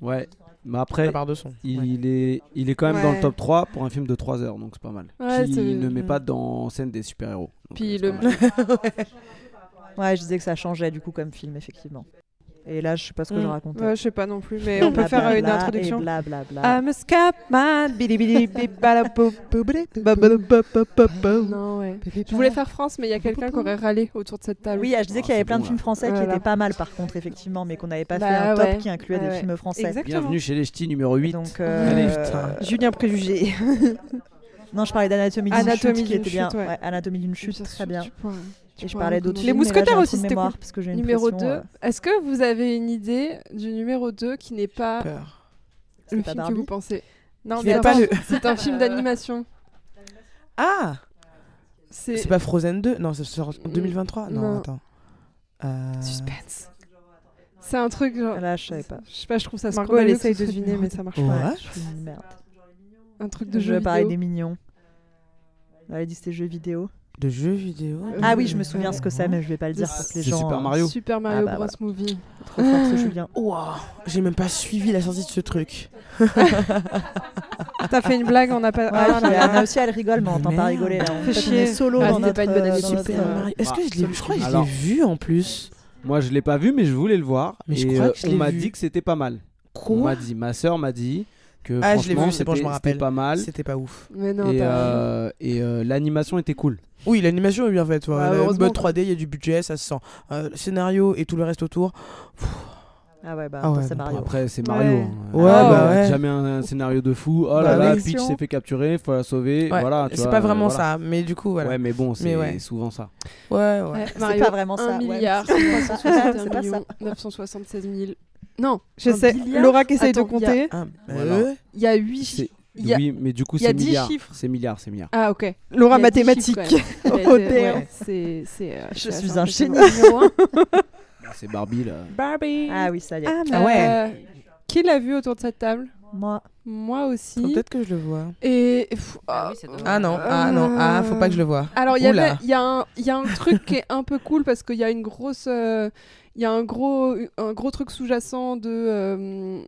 E: Ouais. Mais
D: La
E: après,
D: part de son.
E: il,
D: Ouais.
E: il est, il est quand même dans le
H: Ouais.
E: top 3 pour un film de 3 heures, donc c'est pas mal.
B: Ouais,
E: Qui
B: c'est-
E: ne met
D: Mm.
E: pas dans en scène des super-héros. Donc,
B: Puis
E: euh, c'est
B: le-
E: pas mal.
A: hein, Ouais, je disais que ça changeait du coup comme film, effectivement. Et là, je sais pas ce que
D: Mm.
A: je
B: *laughs*
A: racontais.
H: Ouais, je sais pas non plus, mais on peut faire euh, une
A: Blablabla
H: introduction.
A: Et blablabla.
B: Ah,
H: I'm a scapman,
B: Non, ouais. Je voulais faire France, mais il y a quelqu'un qui aurait râlé autour de cette table.
A: Oui, ah, je disais
E: Ah,
A: qu'il y avait
E: c'est
A: plein
E: bon,
A: de
E: là.
A: films français qui
B: Voilà.
A: étaient pas mal, par contre, effectivement, mais qu'on n'avait pas
B: Bah
A: fait un top
B: ouais.
A: qui incluait
B: Ouais,
A: des
B: ouais.
A: films français.
B: *laughs* Exactement.
E: Bienvenue chez les ch'tis numéro 8.
A: Donc, euh,
E: Allez,
D: putain.
H: Julien Préjugé.
A: *laughs* Non, je parlais d'Anatomie d'une
H: Anatomie
A: chute qui
H: d'une
A: était bien.
H: chute, ouais.
A: Ouais, Anatomie d'une chute,
B: Bien
A: très
B: sûr,
A: bien.
B: tu pourras- tu
A: Et je
B: pourras
A: parlais
B: nous
A: d'autres films,
B: commander.
A: mais
B: Les
A: là,
B: mousquetaires
A: j'ai un
B: aussi,
A: trou de
B: c'était cool.
A: mémoire, parce que j'ai une
B: Numéro 2.
A: pression, euh,
B: Est-ce que vous avez une idée du numéro 2 qui n'est pas
D: Peur.
B: le
A: c'est pas
B: film que
A: Barbie.
B: vous pensez Non,
D: Qui
B: mais
D: n'est pas
B: attends,
D: le-
B: c'est un film d'animation.
D: Ah
B: C'est
D: C'est pas Frozen 2 Non, ça sort en
B: Mm,
D: 2023 Non,
B: non.
D: attends. Euh,
B: suspense. C'est un truc genre
A: Ah Là, je savais pas.
B: je sais pas, je trouve ça
H: Margot,
B: scandaleux
H: elle
B: que
H: essaye
B: ce
H: de
B: soit
H: deviner,
B: numéro
H: mais ça marche
D: Ouais.
H: pas.
A: Ouais, je suis une merde.
B: deux. un truc de
A: je
B: jeu
A: veux parler
B: vidéo.
A: des mignons. Elle a dit c'était jeux vidéo.
D: Euh, De jeux vidéo
A: Ah oui, je me souviens ce que c'est, mais je vais pas le dire pour que les
E: C'est
A: gens.
E: Super
A: euh,
E: Mario.
B: Super Mario
A: Ah bah
B: Bros Movie.
A: *laughs* Trop fort ce
B: *laughs*
A: Julien.
D: Ouah, j'ai même pas suivi la sortie de ce truc.
H: T'as fait une blague, on n'a pas.
A: Ouais,
H: Ah,
A: puis
H: là, là.
A: Anna aussi, elle rigole, mais on
D: Mais
A: t'entend pas
D: merde.
A: rigoler là. On
H: Fais
A: fait
H: chier.
A: chier. solo
B: Ah,
A: dans
B: c'était
A: notre.
B: pas une bonne
A: euh,
B: habitude.
A: dans notre,
D: Super
A: euh,
D: Mario. Est-ce que je l'ai vu Je crois que je l'ai
E: Alors-
D: vu en plus.
E: Moi, je l'ai pas vu, mais je voulais le voir.
D: Mais je
E: et,
D: crois
E: euh,
D: que je
E: on
D: l'ai
E: m'a
D: vu.
E: dit que c'était pas mal. on m'a dit, ma sœur m'a dit que
D: Ah, je l'ai
E: franchement,
D: vu, c'est bon, je
E: c'était-
D: me
E: c'était
D: rappelle.
E: pas mal.
D: C'était pas ouf.
B: Mais non,
E: et
B: t'as-
E: euh, et, euh, l'animation était cool.
D: Oui, l'animation est bien faite. ouais.
B: Ah,
D: Le
B: heureusement.
D: mode 3D, il y a du budget, ça se sent. Euh, le scénario et tout le reste autour.
A: Ah ouais, bah
D: Ah
A: attends,
D: ouais,
A: c'est
D: bon,
A: Mario.
E: Après, c'est
H: Ouais.
E: Mario.
D: Ouais,
E: Euh,
D: bah ouais.
E: Jamais un, un scénario de fou. Oh
D: Bah
E: là là,
D: oui.
E: Peach s'est fait capturer, faut la sauver.
D: Ouais,
E: Voilà, tu
D: c'est
E: vois,
D: pas
E: euh,
D: vraiment
E: voilà.
D: ça, mais du coup, voilà.
E: Ouais, mais bon, c'est
D: ouais.
E: souvent ça.
D: Ouais, ouais.
B: Ouais,
A: C'est
B: Mario,
A: pas vraiment ça.
B: 1
A: ouais.
B: milliard
A: *laughs* C'est pas ça.
B: 976 000. Non,
A: Un
H: J'essaie.
A: milliard
H: Laura qui essaye de
B: Attends, il y a-
H: compter.
D: Ah, bah,
E: Voilà.
D: euh,
B: il y a 8
E: C'est-
B: Il y a-
E: Oui, mais du coup,
B: il y a
E: c'est
B: 10
E: milliard.
B: chiffres.
E: C'est milliard, c'est milliard.
B: Ah, ok.
H: Laura
B: Il y a dix
H: mathématique.
B: chiffres, quand *laughs* même.
H: Au
B: Il y a- ouais,
H: terme.
B: c'est- c'est, euh,
A: Je
B: c'est
A: suis
B: assez
A: un
B: impressionnant.
A: génie.
B: Numéro un.
E: C'est Barbie là.
B: Barbie.
A: Ah oui, ça y est.
H: Ah, mais
D: Ah ouais.
B: Euh, qui l'a vu autour de cette table
A: Moi,
B: Moi aussi.
D: attends, Peut-être que je le vois.
B: Et. pff,
F: Ah
B: ah,
F: oui, c'est dommage.
D: Ah non, ah non, ah faut pas que je le vois.
B: Alors, il y avait-
D: Oula.
B: il y, a un- il y a un truc qui est un peu cool parce qu'il y a une grosse. euh, Il y a un gros, un gros truc sous-jacent de. euh,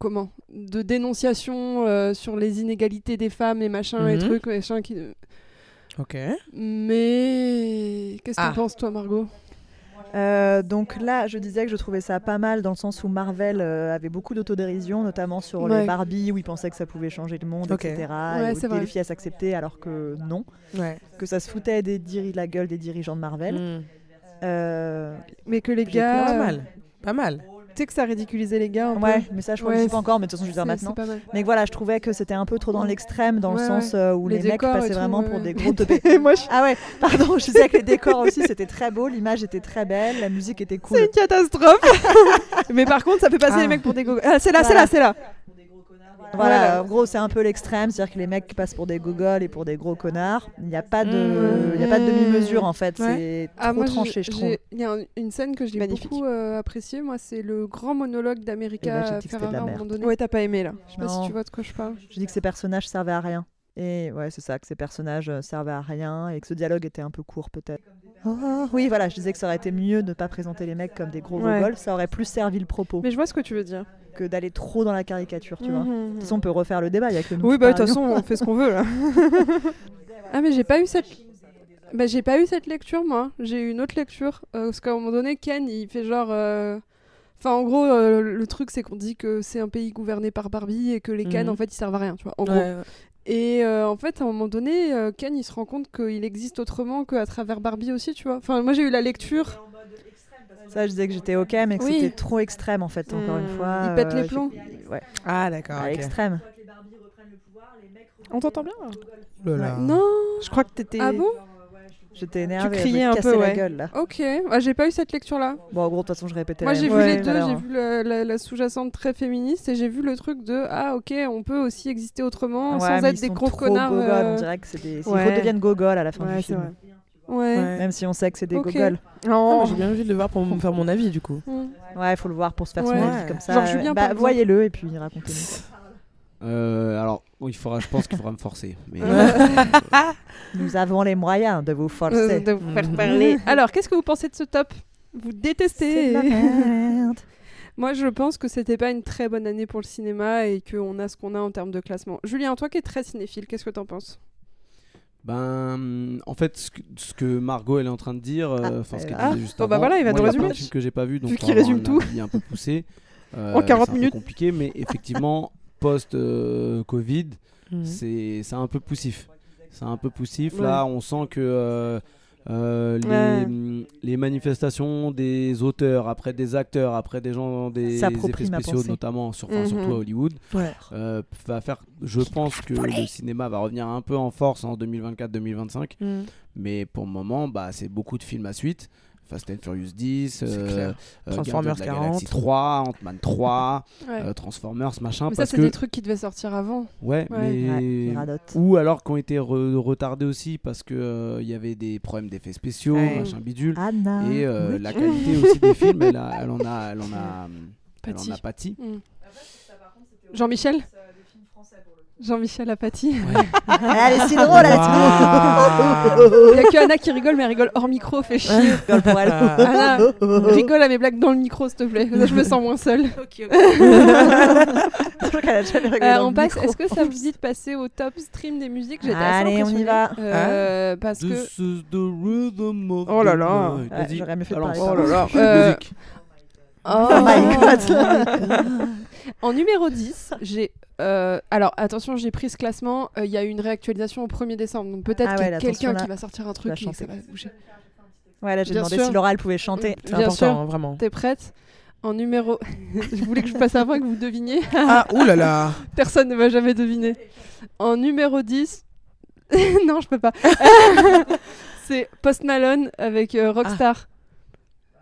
B: comment De dénonciation euh, sur les inégalités des femmes et machin et
D: Mhm.
B: trucs, machin. Qui...
D: Ok.
B: Mais. Qu'est-ce que
D: Ah.
B: tu penses, toi, Margot
A: Euh, donc là, je disais que je trouvais ça pas mal dans le sens où Marvel euh, avait beaucoup d'autodérision, notamment sur
B: Ouais.
A: les Barbie, où ils pensaient que ça pouvait changer le monde,
D: Ok.
A: etc.
B: Ouais,
A: et
B: c'est
A: où
B: vrai.
A: les filles à s'accepter alors que non.
D: Ouais.
A: Que ça se foutait des diri- la gueule des dirigeants de
B: Mm.
A: Marvel. Euh,
B: Mais que les
A: J'ai
B: gars.
D: Hmm. Pas mal. Pas mal.
H: Tu sais que ça ridiculisait les gars. un peu.
A: ouais, mais ça, je crois que
B: Ouais,
A: je sais pas encore, mais de toute façon, je vais dire
B: C'est- c'est
A: maintenant.
B: pas mal.
A: Mais voilà, je trouvais que c'était un peu trop dans l'extrême, dans
B: Ouais,
A: le sens euh, où
B: Les
A: les, mecs
B: décors et
A: passaient
B: tout,
A: vraiment
B: ouais.
A: pour des
B: *laughs*
A: gros teubés. Ah ouais, pardon, je disais que les décors aussi, c'était très beau, l'image était très belle, la musique était cool.
H: C'est une catastrophe.
B: *laughs*
H: mais par contre, ça fait passer les mecs pour des gogos. Ah, c'est là,
A: Voilà.
H: c'est là, c'est là.
A: Voilà,
H: Voilà.
A: en gros, c'est un peu l'extrême, c'est-à-dire que les mecs qui passent pour des gogoles et pour des gros connards, il n'y a pas de,
D: Mmh.
A: il y a pas de demi-mesure en fait, c'est
B: Mm. Ah,
A: trop
B: moi, j'ai-
A: tranché, je
B: j'ai-
A: trouve.
B: Il y a un- une scène que j'ai
H: Magnifique.
B: beaucoup euh, appréciée, moi, c'est le grand monologue
A: Et là,
B: d'America
A: Eh ben, j'ai dit que c'était de la
B: Ferrara à un
A: merde.
B: moment donné.
H: Ouais, t'as pas aimé là.
B: Je sais pas si
A: Non.
B: tu vois de quoi je parle.
A: Je dis que ces personnages servaient à rien. Et ouais, c'est ça, que ces personnages euh, servaient à rien et que ce dialogue était un peu court peut-être. Oh, oui, voilà, je disais que ça aurait été mieux de ne pas présenter les mecs comme des gros
H: Ouais.
A: gogoles, ça aurait plus servi le propos
H: Mais je vois ce que tu veux dire.
A: que d'aller trop dans la caricature, tu vois. De
H: Mhm.
A: toute façon, on peut refaire le débat, il y a que nous.
H: Oui,
A: qui
H: bah de toute
A: parlons.
H: façon, on fait ce qu'on veut là.
B: *laughs* Ah, mais j'ai pas eu cette. Bah, j'ai pas eu cette lecture, moi. J'ai eu une autre lecture. euh, parce qu'à un moment donné, Ken, il fait genre. euh, Enfin, en gros, euh, le truc, c'est qu'on dit que c'est un pays gouverné par Barbie et que les Ken,
D: Mhm.
B: en fait, ils servent à rien, tu vois. En gros.
D: Ouais.
B: Et euh, en fait, à un moment donné, euh, Ken, il se rend compte qu'il existe autrement qu'à travers Barbie aussi, tu vois. Enfin, moi, j'ai eu la lecture.
A: Ça, je disais que j'étais ok, mais que
B: Oui.
A: c'était trop extrême en fait, encore une
H: Mhm.
A: fois.
B: Il pète
A: euh,
B: les plombs.
A: Ouais,
D: Ah
A: à
D: d'accord. ok.
A: l'extrême.
H: On t'entend bien
D: Oh là là.
B: Non
H: Je crois que t'étais.
B: Ah bon
A: J'étais énervée.
H: criais
A: je
H: un
A: vais
H: peu,
A: te casser la
H: ouais.
A: gueule là.
B: Ok, Ah, j'ai pas eu cette lecture-là.
A: Bon, en gros, de toute façon, je répétais.
B: Moi,
A: la
B: j'ai
A: même
B: vu
A: chose
B: les
A: tout
B: deux.
A: à l'heure,
B: J'ai
A: hein.
B: vu le- la, la sous-jacente très féministe et j'ai vu le truc de ah ok, on peut aussi exister autrement
A: Ouais,
B: sans
A: mais
B: être
A: ils
B: des
A: sont
B: gros
A: trop
B: connards.
A: gogoles,
B: euh,
A: On dirait que c'est des. Ils
H: Ouais.
A: redeviennent gogoles à la fin
H: Ouais,
A: du
H: c'est vrai.
A: film.
B: Ouais.
D: Ouais.
A: Même si on sait que c'est des
B: Ok.
A: gogoles.
D: Ah,
A: Oh,
D: mais
H: Non.
D: J'ai bien envie de le voir pour me faire mon avis du coup.
B: Mm.
A: Ouais, faut le voir pour se faire son
B: Ouais.
A: avis comme ça.
B: Genre
A: ouais.
B: Julien, par
A: bah,
B: exemple.
A: voyez-le et puis racontez-nous. *laughs*
E: Euh, alors, oui, il faudra, je pense qu'il faudra me forcer. Mais
A: Nous avons les moyens de vous
B: Euh,
A: forcer.
B: de vous faire parler. *laughs* Alors, qu'est-ce que vous pensez de ce top Vous
A: C'est de
B: détestez
A: la merde.
B: *laughs* Moi, je pense que c'était pas une très bonne année pour le cinéma et qu'on a ce qu'on a en termes de classement. Julien, toi qui es très cinéphile, qu'est-ce que t'en penses
E: ben, en fait, ce que, ce que Margot elle est en train de dire, euh, enfin ce qu'elle
H: Ah,
E: disait juste
H: bon, bah
E: avant,
H: voilà, il va
E: moi,
H: nous
E: y a
H: résumer.
E: plein de films que j'ai pas vu, donc
H: Vu
E: faut
H: qu'il
E: avoir
H: résume
E: un
H: tout.
E: avis un peu
H: *laughs*
E: poussé. Euh,
H: En 40
E: c'est un peu
H: minutes.
E: compliqué, mais effectivement, post euh, Covid,
H: Mhm.
E: c'est c'est un peu poussif. C'est un peu poussif. Là, on sent que euh, euh, les,
B: Ouais.
E: mm, les manifestations des auteurs, après des acteurs, après des gens, des
A: S'approprie
E: effets
A: ma
E: spéciaux,
A: pensée.
E: notamment, sur, enfin,
B: Mhm.
E: surtout à Hollywood,
A: Ouais.
E: euh, va faire. Je pense que le cinéma va revenir un peu en force en 2024-2025,
A: Hmm.
E: mais pour le moment, bah, c'est beaucoup de films à suite. Fast and Furious 10, euh,
D: clair.
E: euh, Gardiens de
D: Transformers
E: la Galaxie
D: 40.
E: 3, Ant-Man 3,
B: Ouais.
E: euh, Transformers, machin.
B: Mais ça,
E: parce
B: c'est
E: que...
B: des trucs qui devaient sortir avant.
E: Ouais,
B: Ouais.
A: Ouais,
E: mais.
A: les radotes.
E: Ou alors qui ont été re- retardés aussi parce qu'il y avait des problèmes d'effets spéciaux,
D: Ouais.
E: machin bidule.
A: Anna.
E: Et euh,
A: Ah, oui.
E: la qualité aussi des films, elle, a- elle en a, elle en
B: *laughs*
E: a, elle
B: Pâti.
E: en a pâti.
B: Mm. Jean-Michel Jean-Michel a pâti.
A: Ah, Elle est si drôle, elle *laughs* est si
D: Waouh.
A: drôle.
B: Il y a que Anna qui rigole, mais elle rigole hors micro, fait chier.
A: *laughs* Rigole pour elle.
E: *laughs*
B: Anna, rigole à mes blagues dans le micro, s'il te plaît. Là, je me sens moins seule. *laughs*
F: bah,
A: Je crois qu'elle a jamais rigolé
B: Euh,
A: dans
B: on
A: le
B: passe.
A: micro.
B: Est-ce que ça vous dit de passer au top stream des musiques J'étais assez
A: Allez, on y
B: impressionnée.
A: va.
B: Euh,
A: Hein?
B: Parce *laughs* que
E: This is the rhythm of
D: Oh là
E: the
D: là.
E: night.
A: Ouais,
E: Vas-y,
A: j'aurais mieux fait de
E: balance.
A: parler. Oh
B: là là.
E: Musique.
B: Euh, Oh,
A: my
B: *laughs* En numéro 10, j'ai. euh, alors attention, j'ai pris ce classement. euh, Il y a eu une réactualisation au 1er décembre. Donc peut-être
A: Ah
B: qu'il y
A: ouais,
B: a
A: là,
B: quelqu'un
A: attention, là,
B: qui va sortir un truc
A: vas
B: et que ça
A: chanter.
B: va bouger.
A: Ouais, là, j'ai
B: Bien
A: demandé
B: sûr. Bah,
A: si Laura, elle pouvait chanter.
D: C'est
B: Bien sûr.
D: important, hein,
B: *laughs*
D: vraiment.
B: T'es prête En numéro. *laughs* je voulais que je vous passe avant et que vous deviniez.
D: Ah, oulala.
B: Personne ne va jamais deviner. En numéro 10. *laughs* non, je peux *laughs* pas. C'est Post Malone avec euh, Rockstar. Ah.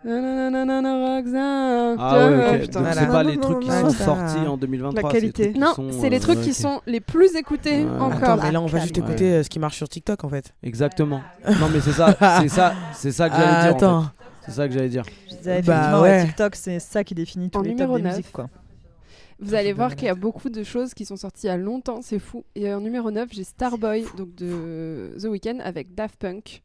B: Nananana, Rockstar. Tu
E: Ah
B: vois,
E: ouais,
B: euh,
E: ok.
D: putain.
E: Donc, c'est
D: Voilà.
E: pas les trucs qui
D: Ah,
E: sont
D: ça.
E: sortis en 2023.
D: La
E: c'est les
D: qualité.
E: trucs qui
B: Non,
E: sont,
B: c'est
E: euh,
B: les trucs qui
E: ok.
B: sont les plus écoutés
E: Ouais.
B: encore.
D: Attends, mais là, on va
A: calme.
D: juste écouter euh, ce qui marche sur TikTok en fait.
E: Exactement. Non, mais c'est ça, c'est ça, c'est ça que j'allais
D: Ah,
E: dire. en
D: attends.
E: fait. C'est ça que j'allais dire.
A: Je disais,
D: Bah
A: effectivement, ouais,
D: ouais.
A: TikTok, c'est ça qui définit tous
B: En
A: les
B: numéro
A: tops des
B: neuf.
A: musiques, quoi.
B: Vous allez voir qu'il y a beaucoup de choses qui sont sorties il y a longtemps, c'est fou. Et en numéro 9, j'ai Starboy, donc de The Weeknd avec Daft Punk.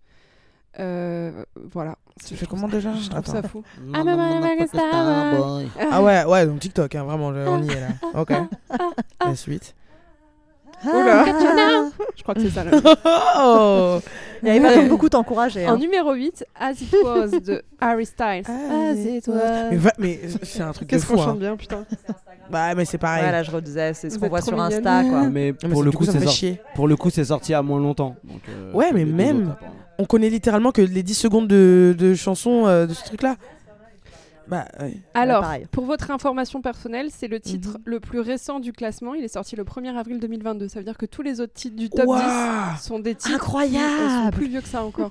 B: Euh, voilà.
D: Tu
B: Je
D: fais
B: trouve
D: comment déjà
B: ça- Je trouve ça
D: Attends.
B: fou.
E: Non, non, non, non, pas que ça, boy.
D: Ah ouais, ouais, donc TikTok, hein, vraiment, je- on y est là.
B: *laughs*
D: Ok. La suite.
B: Oh
A: Ah, Oula
B: Ah. Je crois que c'est ça. là.
D: Oh
A: Il avait pas beaucoup t'encourager.
B: en
A: hein.
B: numéro 8, As It Was de Harry Styles.
D: As It
B: Was.
D: Mais, va- mais c'est un truc de fou. hein.
B: bien, putain.
D: Bah, mais c'est pareil.
A: Ouais, là, je redisais, c'est ce
B: Vous
A: qu'on
B: êtes
A: voit
B: trop
A: sur
B: mignonnes.
A: Insta, quoi.
E: Ah, Mais
D: Non, mais
E: pour le
D: du
E: coup,
D: ça me
E: c'est
D: fait
E: sorti.
D: chier.
E: Pour le coup, c'est sorti à moins longtemps. donc, euh,
D: Ouais,
E: que
D: mais
E: les deux
D: même-
E: autres, apparemment.
D: On connaît littéralement que les 10 secondes de, de chansons euh, de ce truc-là. Bah, ouais.
B: Alors,
A: pareil.
B: pour votre information personnelle, c'est le titre le plus récent du classement. Il est sorti le 1er avril 2022. Ça veut dire que tous les autres titres du top 10
D: Ouah.
B: sont des titres
A: Incroyable.
B: qui, euh, sont plus vieux que ça encore.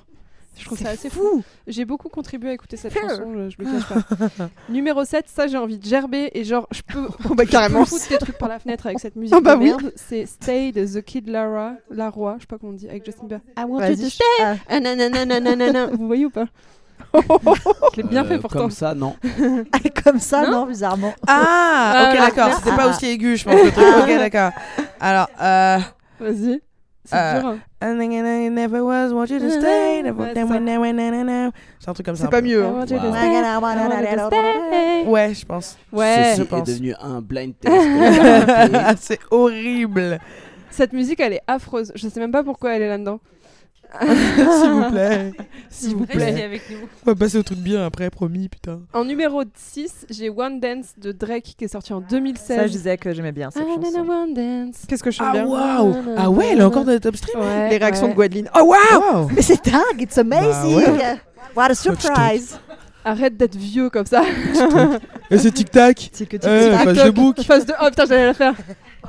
B: Je trouve ça assez fou. J'ai beaucoup contribué à écouter cette chanson, je, je me cache pas. Numéro 7, ça j'ai envie de gerber et genre je peux
H: Oh bah
B: je
H: carrément.
B: peux foutre des trucs par la fenêtre avec cette musique
H: Ah bah
B: de
H: oui.
B: merde. C'est Stay de The Kid Lara, La Roi, je sais pas comment on dit, avec Justin Bieber. I want you to
A: Vas-y,
B: *laughs* stay.
A: ah,
B: Ah, nanana, nanana. Vous voyez ou pas
H: *laughs*
B: Je l'ai bien
E: Euh,
B: fait pourtant.
E: Comme ça, non.
A: elle est comme ça,
B: Non
A: non, bizarrement.
D: Ah,
B: Ah,
D: ok,
B: là,
D: d'accord.
B: là,
D: C'était
A: ah,
D: pas
A: ah.
D: aussi aigu, je pense. le truc. Ok, d'accord. Alors, euh.
B: Vas-y. C'est
D: Euh,
B: dur. hein.
D: And then I never was, want you to stay, never
B: Ouais,
D: then
B: ça.
D: when I went, na, na, na. C'est un truc comme ça.
H: C'est
D: un
H: pas
D: peu.
H: mieux.
B: I
H: hein.
B: want you to
E: Wow.
B: stay.
D: Ouais, je pense.
B: Ouais.
D: je
G: Ceci est
D: pense.
G: devenu un blind
D: *laughs*
G: test.
D: Ah, c'est horrible.
B: Cette musique, elle est affreuse. Je sais même pas pourquoi elle est là-dedans.
D: *laughs* S'il vous *laughs* plaît. S'il vous
F: Restez
D: plaît.
F: avec nous.
D: On va passer au truc bien après, promis, putain.
B: En numéro 6, j'ai One Dance de Drake qui est sorti en
A: Ça, je
B: 2016.
A: disais que j'aimais bien cette
B: Ah,
A: chanson.
B: nanana, One Dance.
H: Qu'est-ce que je chante
D: Ah,
H: bien
D: waouh. Ah ouais, elle est encore dans les top streams.
B: Ouais,
H: Les réactions
B: ouais.
H: de Gwendoline. Oh waouh
D: *laughs* Waouh.
A: Mais c'est dingue, it's amazing! What a surprise!
B: Arrête d'être vieux comme ça.
D: Et c'est tic-tac.
A: C'est que tu
B: Euh,
D: Eh,
A: Ah,
D: page de book.
B: Face de. Oh putain, j'allais la faire.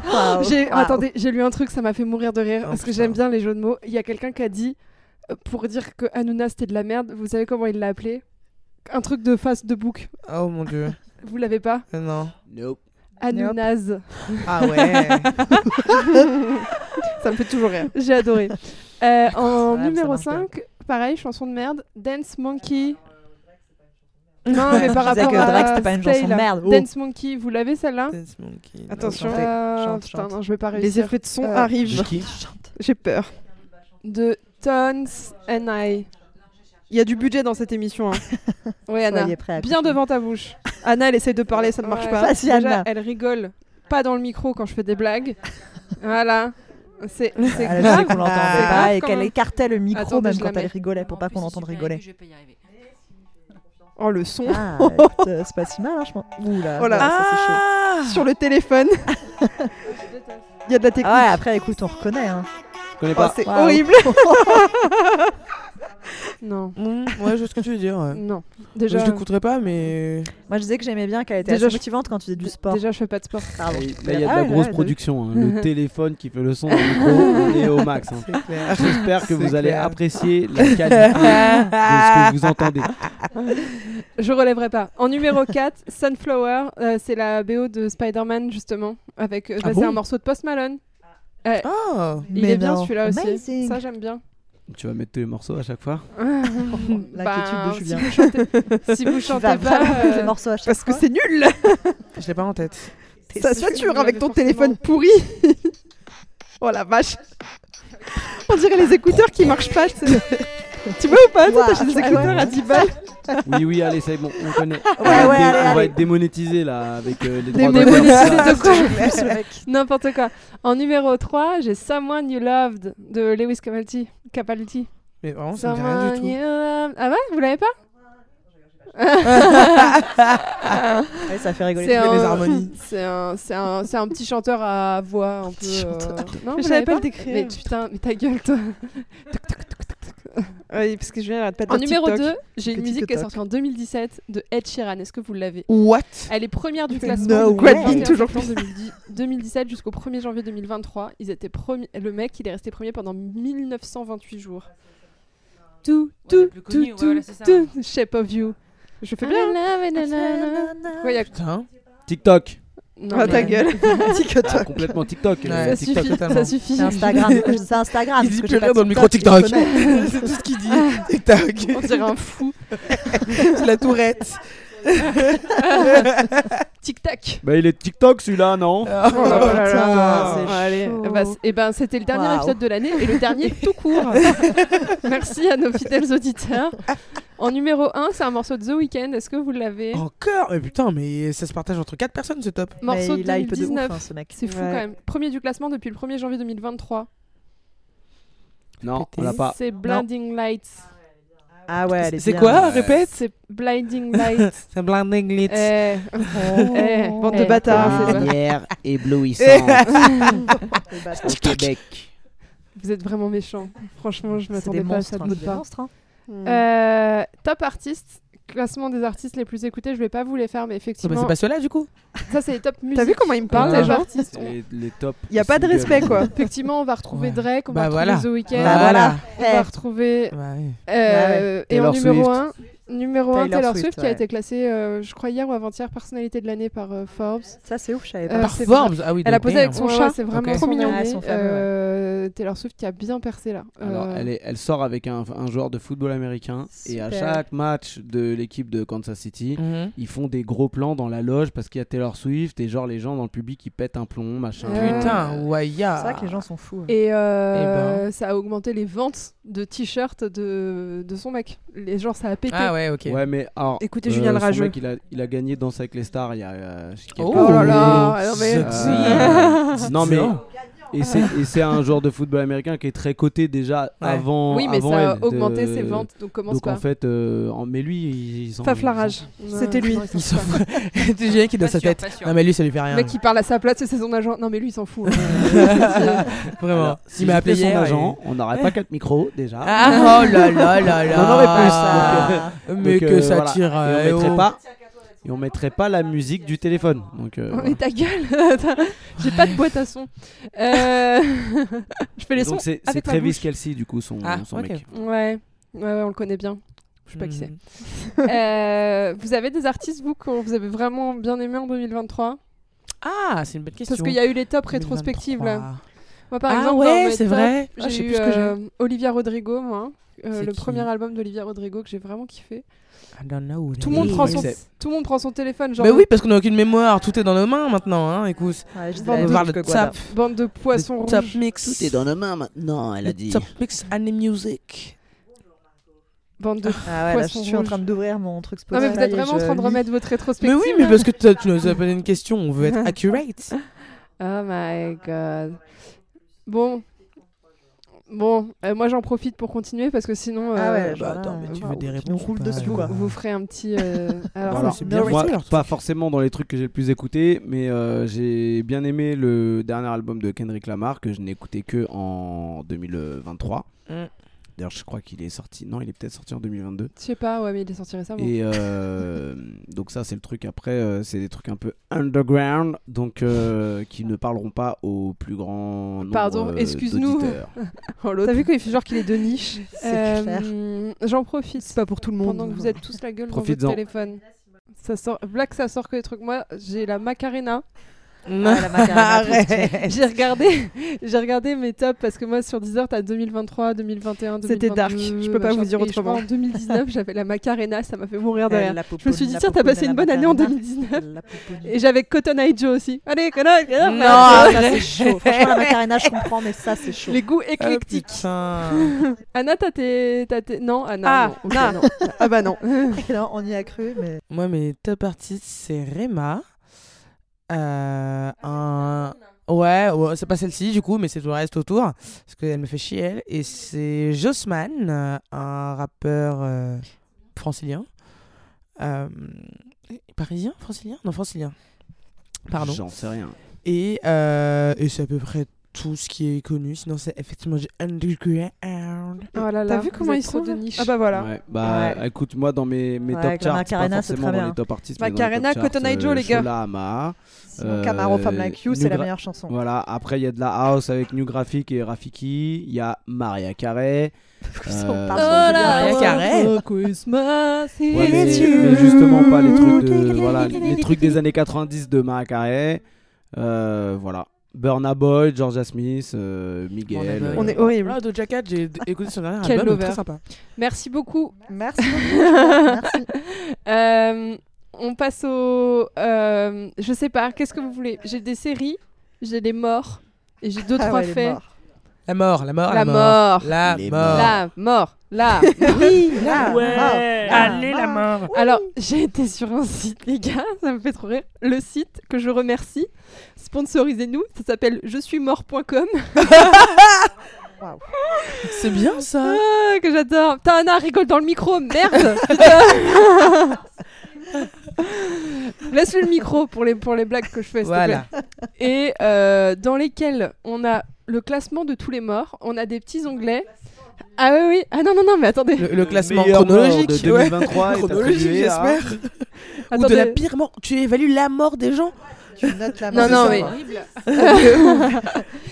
A: wow.
B: *laughs* J'ai-
A: Wow.
B: Attendez, j'ai lu un truc, ça m'a fait mourir de rire
D: Oh,
B: parce que
D: putain.
B: j'aime bien les jeux de mots. Il y a quelqu'un qui a dit euh, pour dire que Hanouna c'était de la merde. Vous savez comment il l'a appelé Un truc de face de bouc.
D: Oh mon dieu.
B: Vous l'avez pas
D: Euh, *laughs* Non.
G: Nope.
B: Hanounaz.
D: Ah ouais.
H: Ça me fait toujours rire.
A: *laughs*
B: J'ai adoré. Euh, en
A: Ouais, ça
B: numéro
A: marche bien.
B: 5, pareil, chanson de merde, Dance Monkey. Non, mais par
A: *laughs* Je disais
B: rapport
A: que euh, Drake,
B: à
A: c'était pas une
B: Stay,
A: chanson de
B: là.
A: merde. Oh.
B: Dance Monkey, vous l'avez celle-là
D: Dance Monkey.
H: Attention.
D: Non,
B: Euh,
A: chante,
B: Putain,
A: chante.
B: non, je vais pas
H: Les
B: réussir.
H: effets de son
B: Euh,
H: arrivent.
E: Jiki.
H: J'ai peur.
B: De Tons and I.
H: Il y a du budget dans cette émission. hein.
B: *laughs* Oui, Anna.
A: Soyez prêts à
B: Bien
A: continuer.
B: devant ta bouche.
H: Anna, elle essaye de parler, ça ne marche
B: Ouais.
H: pas.
A: Vas-y,
B: Déjà,
A: Anna.
B: elle rigole pas dans le micro quand je fais des blagues. voilà. C'est c'est
A: Elle a dit
B: grave.
A: Ah, qu'on l'entendait
B: C'est
A: pas
B: grave
A: et
B: quand
A: qu'elle
B: même.
A: écartait le micro
B: Attendez,
A: même
B: je la
A: quand elle
B: mets. Ah,
A: rigolait pour pas qu'on l'entende rigoler.
F: Je peux y arriver.
H: Oh, le son.
A: Ah, écoute, *laughs* euh, c'est pas si mal, hein, je pense. Ouh là,
H: Oh là.
A: ouais, ça c'est chaud.
D: Ah
H: Sur le
B: *laughs*
H: téléphone. Il y a de la technique.
A: Ah ouais, après, écoute, on reconnaît. Hein.
E: Je connais
H: Oh,
E: pas.
H: c'est
A: Waouh.
H: horrible.
B: Non.
D: Mmh, ouais, je vois ce que tu veux dire. ouais.
B: Non.
D: Je
B: Déjà,
D: l'écouterai pas, mais.
A: Moi, je disais que j'aimais bien qu'elle était
B: Déjà,
A: assez
B: je-
A: motivante quand tu faisais du
B: d-
A: sport.
B: Déjà, je fais pas de sport.
A: Pardon.
E: Là, il y a
A: Ah
E: de la
A: ouais,
E: grosse
A: ouais,
E: production. hein. Le téléphone qui fait le son dans le micro, il est au max. hein.
D: C'est clair.
E: J'espère que
D: C'est
E: vous allez
D: clair.
E: apprécier la qualité de ce que vous entendez.
B: Je relèverai pas. En numéro 4, Sunflower, euh, c'est la BO de Spider-Man, justement. avec euh,
D: Ah
B: bah,
D: bon
B: C'est un morceau de Post Malone.
D: Ah
B: Il
A: Mais
B: est bien
A: non.
B: celui-là aussi.
A: Amazing.
B: Ça, j'aime
A: *laughs*
B: bien.
E: Tu vas mettre tous les morceaux à chaque fois
A: L'inquiétude de
B: Bah, si,
A: Julien. *laughs*
B: vous chantez, si
A: Tu vas
B: vous chantez pas.
A: vraiment mettre les
B: euh,
A: morceaux à chaque
H: Parce que
A: fois.
H: c'est nul
D: Je l'ai pas en tête.
B: *laughs* c'est
H: Ça se
B: sûr,
H: sature
B: vous
H: avec
B: l'avez
H: ton
B: forcément. *laughs*
H: téléphone pourri Oh la vache On dirait les écouteurs qui marchent pas. tu
A: *laughs*
H: sais. Tu vois ou pas toi, T'as acheté des écouteurs à 10 balles.
E: Oui, oui, allez, c'est bon, on connaît. on
A: ouais, allez,
E: va, dé- on va
A: allez.
E: être démonétisé là avec euh, les droits
B: Démonétisé.
E: d'auteur.
B: de quoi
A: mec.
B: N'importe quoi. En numéro 3, j'ai Someone You Loved de Lewis Capaldi. Capaldi.
D: Mais vraiment, ça me dit rien du
B: Someone you
D: tout.
B: loved. Ah ouais, vous l'avez pas
A: Ouais, ça fait rigoler.
B: C'est
D: trouver les
B: un...
D: harmonies.
B: *laughs* c'est un, c'est un, c'est un petit chanteur à voix un peu.
D: Petit chanteur.
B: euh, Non,
H: Mais
B: vous l'avez
H: je savais pas
B: pas
H: le décrire.
B: Mais putain, mais ta gueule toi. *laughs*
H: Oui, parce que je viens arrête pas de
B: En
H: dire
B: numéro
H: TikTok.
B: 2, j'ai une
H: Petit
B: musique qui est
H: TikTok.
B: sortie en 2017 de Ed Sheeran. Est-ce que vous l'avez
D: What
B: Elle est première du
D: No
B: classement.
D: way.
B: depuis
D: Quad
B: le
D: Bean,
B: 31
H: toujours
B: septembre 2010 2017 jusqu'au 1er janvier 2023. Ils étaient premi- Le mec, il est resté premier pendant 1928 jours. Tout,
F: le
B: tout,
F: plus
B: tout,
F: connu, ouais,
B: tout,
F: voilà, c'est ça.
B: tout, Shape of You. Je fais bien. hein. Ouais, y a-
D: Putain.
E: TikTok.
B: Non,
H: Ah ta
B: mais- euh, *laughs*
H: gueule
E: Ah, complètement TikTok. euh,
D: Ouais.
B: Ça
E: TikTok.
B: suffit,
D: totalement.
B: ça suffit.
A: C'est *laughs* Instagram. C'est Instagram.
D: Il
A: parce
D: dit
A: que
D: plus
A: j'ai pas
D: rien dans le micro
A: TikTok,
D: TikTok.
A: je connais.
D: *laughs* C'est tout ce qu'il dit. TikTok.
B: On dirait un fou.
D: C'est la tourette.
B: Tic Tac.
E: Bah, il est TikTok celui-là, non
D: Oh
B: là là
A: là,
D: putain.
A: c'est
B: Allez,
A: chaud.
B: bah, c- eh ben c'était le dernier
A: Waouh.
B: épisode de l'année et le dernier tout court. *laughs* Merci à nos fidèles auditeurs. En numéro 1, c'est un morceau de The Weeknd. Est-ce que vous l'avez
D: Oh. Encore Mais putain, mais ça se partage entre 4 personnes, c'est top.
A: Mais
B: Morceau de
A: il a hype de ouf,
B: 2019.
A: hein, ce mec.
B: C'est fou
H: Ouais.
B: quand même. Premier du classement depuis le 1er janvier 2023.
E: Non, on l'a pas.
B: C'est Blinding Lights.
A: Ah ouais, elle est
D: C'est
A: bien.
D: quoi Répète.
B: C'est Blinding Lights.
D: C'est blinding lit.
B: Eh,
A: Oh.
B: eh,
H: Bande
B: eh.
H: de
B: *laughs*
H: bâtards
B: Ah, c'est vrai.
G: Lumière éblouissante
A: Les bâtards.
G: au Québec.
B: Vous êtes vraiment méchants. Franchement, je
A: C'est
B: m'attendais
A: des
B: pas à
A: monstres.
B: ça de
A: hein,
B: votre
A: des
B: part.
A: monstres, hein.
B: Euh, top artistes. Classement des artistes les plus écoutés, je vais pas vous les faire, mais
D: Bah,
B: effectivement,
D: c'est pas ceux-là du coup
B: ça c'est les top musique.
H: T'as vu comment il me parle
B: Top
D: Ah.
H: les gens
B: artistes.
E: *laughs*
B: On-
E: Les, les tops.
H: Il y a pas de
E: singles.
H: respect quoi.
B: Effectivement, on va retrouver
D: Ouais.
B: Drake, on
D: Bah,
B: va retrouver
D: voilà.
B: The Weeknd,
A: Bah, voilà.
B: on va
A: Eh.
B: retrouver
D: Bah, ouais.
B: Euh, Et en
E: Taylor
B: numéro
E: Swift.
B: 1, numéro un,
A: Taylor
B: Taylor Swift,
A: Swift,
B: qui a
A: ouais.
B: été classée, euh, je crois, hier ou avant-hier, personnalité de l'année par euh, Forbes.
A: Ça, c'est ouf, je savais
B: Euh,
A: pas.
D: Par
B: c'est
D: Forbes Ah oui,
B: Elle a posé
D: donc,
B: avec son
D: merde.
B: chat, c'est vraiment
D: Ok.
B: trop
A: Son
B: mignon.
A: nez, Ah, son fameux,
B: Euh, Taylor Swift qui a bien percé là.
E: Alors,
B: Euh,
E: elle, est- elle sort avec un, un joueur de football américain et à
A: Super.
E: chaque match de l'équipe de Kansas City,
D: Mhm.
E: ils font des gros plans dans la loge parce qu'il y a Taylor Swift et genre les gens dans le public qui pètent un plomb, machin.
B: Ouais.
D: Putain,
A: C'est
D: Waya.
A: vrai que les gens sont fous. hein.
B: Et euh,
D: Eh
B: ça a augmenté les ventes de t-shirts de, de son mec. Les gens, ça a pété.
D: Ah ouais, ok.
E: Ouais, mais alors. euh,
H: Écoutez Julien le
E: son
H: Rageux.
E: mec, il, a, il a gagné Danse avec les stars il y a. euh, quelques
D: Oh
E: années.
B: là là, non, mais-
D: *laughs*
E: Euh, non mais
D: Dis-donc.
E: et c'est et c'est un joueur de football américain qui est très coté déjà
D: Ouais.
E: avant
B: oui, mais
E: avant
B: ça a
E: elle, de-
B: augmenté ses ventes, donc commence
E: donc
B: pas.
E: en fait euh, en- mais lui il, il s'en-
B: Faf la
E: il
B: rage.
H: C'était lui.
B: Non, il
D: Il
B: s'en
D: s'en
B: fout pas.
D: fout. Tu sais, qui est dans
F: Pas
D: sa
F: sûr,
D: tête.
F: pas sûr.
D: Non, mais lui, ça lui fait rien.
B: Le mec
D: *laughs*
B: qui parle à sa place, c'est son agent. Non, mais lui, il s'en fout.
E: s'en-
D: Vraiment.
E: Alors,
D: Il
E: s'il
D: m'a
E: appelé
D: appelé
E: son
D: hier et-
E: agent on n'aurait pas quatre micros déjà
D: Ah, oh là là là là. Ah.
E: On aurait plus, donc,
A: Ah.
E: euh,
D: Mais
E: Donc,
D: que
E: euh,
D: ça
E: voilà.
D: tire. euh,
E: et on mettrait
D: oh.
E: pas et on mettrait pas la musique du téléphone donc euh,
B: Non, *laughs*
E: voilà.
B: mais ta gueule *laughs* Attends, J'ai pas de boîte à son. Euh, *laughs* Je fais les sons.
E: donc c'est c'est
B: avec ma
E: Travis
B: bouche.
E: Kelsey du coup son
D: Ah,
E: son
D: ok.
E: mec
B: Ouais. ouais, ouais, on le connaît bien. Je sais pas qui c'est.
D: Mhm.
B: Euh, vous avez des artistes, vous, que vous avez vraiment bien aimé en 2023
D: Ah, c'est une bonne question.
B: Parce qu'il y a eu les tops rétrospectives. Là.
D: 2023.
B: Moi, par
D: ah
B: exemple, dans
D: ouais,
B: mes
D: c'est
B: tops,
D: vrai. Ah, je
B: J'ai
D: sais
B: eu
D: plus ce que j'ai.
B: euh, Olivia Rodrigo, moi. Euh,
D: C'est
B: le
D: qui
B: premier album d'Olivia Rodrigo que j'ai vraiment kiffé.
D: I don't know.
B: Tout le monde prend son,
E: c'est-
B: tout le monde prend son téléphone, genre
D: Bah oui, parce qu'on a aucune mémoire. Tout est dans nos mains maintenant. Hein, écoute.
A: Ouais, Ah, je
D: On
A: dirais
D: va voir
A: Doug
D: le
A: Coquada.
D: top.
B: bande de poissons
D: le
B: rouges.
D: top mix.
G: Tout est dans nos mains maintenant, elle a
D: le
G: dit.
D: top mix anime music.
B: Bande de...
A: Ah ouais, là, je
B: Poisson
A: suis en
B: rouge.
A: train d'ouvrir mon truc
B: Non,
A: Spotify.
B: mais vous êtes
A: et
B: vraiment en
A: je
B: train de
A: lis.
B: remettre votre
D: Mais
B: rétrospective.
D: oui, mais parce que toi, tu nous as posé une question. On veut
B: *laughs*
D: être accurate.
B: Oh my god. Bon. Bon, euh, moi j'en profite pour continuer parce que sinon
A: Ah
B: euh,
A: ouais, genre,
D: Bah, attends, mais tu
A: euh,
D: veux des
A: qui
D: réponses
A: nous
D: ou
B: bah,
A: roule
D: pas,
A: dessus,
D: là
A: quoi.
B: vous, vous ferez un petit. euh, alors,
E: Voilà.
D: c'est bien
E: Moi,
D: resté, leur
B: *laughs*
E: pas
D: truc.
E: forcément dans les trucs que j'ai le plus écouté, mais euh, j'ai bien aimé le dernier album de Kendrick Lamar que je n'ai écouté que en 2023.
D: Mm.
E: D'ailleurs, je crois qu'il est sorti. Non, il est peut-être sorti en 2022.
B: Je sais pas, ouais, mais il est sorti récemment.
E: Et euh, *laughs* donc ça, c'est le truc. Après, euh, c'est des trucs un peu underground, donc euh, qui ne parleront pas au plus grand nombre
B: Pardon,
E: euh,
B: excuse-nous.
E: d'auditeurs.
B: Oh, l'autre.
H: T'as vu quand il fait genre qu'il est de niche
B: Euh, J'en profite.
H: C'est pas pour tout le monde.
B: Pendant que vous êtes tous la gueule dans
E: Profites-en.
B: votre téléphone. Ça sort, blague, ça sort que des trucs. Moi, j'ai la Macarena.
D: Non, *laughs*
A: Ah, *laughs*
F: la Macarena,
H: Bah,
F: trop
D: arrête.
B: J'ai regardé, j'ai regardé mes tops parce que moi sur Deezer t'as 2023, 2021, 2022.
H: C'était dark, je peux pas
B: machin.
H: vous dire
B: Et je crois,
H: autrement.
B: En 2019, j'avais la Macarena, ça m'a fait mourir de rire.
H: la
B: Je me suis dit tiens, t'as passé une bonne année en 2019. Et j'avais Cotton Eye Joe aussi. Allez, Cotton Eye Joe.
A: Non,
H: ah,
D: Ah,
A: ça c'est chaud. Franchement, *laughs* la Macarena, je comprends, mais ça c'est chaud.
B: Les goûts
D: Ah,
B: éclectiques.
D: putain.
B: Anna, t'as tes, t'as tes- non, Anna.
H: Ah,
B: non. Oh
H: non. ah bah non.
A: *laughs* Non, on y a cru, mais
D: Moi, mes top artistes, c'est Rema. Euh, un... Ouais, ouais, c'est pas celle-ci du coup, mais c'est tout le reste autour. Parce qu'elle me fait chier, elle. Et c'est Jossman, euh, un rappeur euh, francilien. Euh, parisien Francilien Non, francilien. Pardon.
E: J'en sais rien.
D: Et, euh, et c'est à peu près tout ce qui est connu. Sinon, c'est effectivement du underground.
B: Oh là là,
H: T'as vu
B: vous
H: comment
B: êtes
H: ils
B: trop
H: sont
B: de niche.
H: Ah bah voilà.
E: Ouais, bah écoute, moi dans mes, mes
A: Ouais,
E: top
A: avec la
E: charts,
A: Macarena,
E: pas
A: c'est
E: forcément
A: très
E: dans
A: bien.
E: les top artistes,
B: Macarena,
E: mais dans les top
B: Cotton
E: charts,
B: Eye Joe,
E: euh,
B: les gars.
E: Shola Ama,
A: sinon,
E: Euh,
A: Camaro Femme Like You, c'est la
E: Nugra-
A: meilleure chanson. *laughs*
E: Voilà, après il y a de la house avec New Graphic et Rafiki, il y a Maria Carey. euh,
A: parle
B: Oh
A: Ah,
B: là
D: Maria
B: là,
D: Carey.
B: oh, Christmas is
E: Ouais, mais,
B: you.
E: mais justement pas les trucs de voilà, les trucs des années 90 de Maria Carey. Euh, voilà. Burna Boy, Georgia Smith, euh, Miguel.
D: Burna Boy.
E: euh,
H: On est horrible.
D: Ah, Doja Cat, j'ai écouté son dernier
B: Quel
D: album,
B: lover.
D: très sympa.
B: Merci beaucoup.
A: Merci beaucoup. Merci.
B: *laughs* Euh, on passe au. euh, je sais pas, qu'est-ce que vous voulez J'ai des séries, j'ai des morts, et j'ai deux,
A: Ah
B: trois
A: ouais, elle est
B: faits.
A: morte.
D: La mort, la mort,
B: La
D: la,
B: mort.
D: La
E: Les
D: mort.
E: morts.
B: La mort,
D: *laughs*
B: la
A: Oui, là, Ah,
D: Allez, la mort.
B: Alors, j'ai été sur un site, les gars, ça me fait trop rire. Le site que je remercie, sponsorisez-nous, ça s'appelle je suis mort.com,
D: C'est bien ça.
B: Ah, que j'adore. Putain, Anna rigole dans le micro,
D: *laughs*
B: merde *laughs* Laisse-lui le micro pour les, pour les blagues que je fais, s'il te plaît.
D: Voilà.
B: et euh, dans lesquels on a le classement de tous les morts, on a des petits onglets. Ah oui, oui, ah non, non, non, mais attendez.
D: Le, le classement
E: meilleur
D: chronologique.
E: mort de
D: ouais.
E: 2023 est
D: chronologique,
E: attribué à-
D: *laughs* j'espère. Ou de
B: attendez.
D: la pire mort. Tu évalues la mort des gens
A: Tu notes la mort.
B: Non, non,
A: C'est
B: mais-
A: ça.
F: horrible.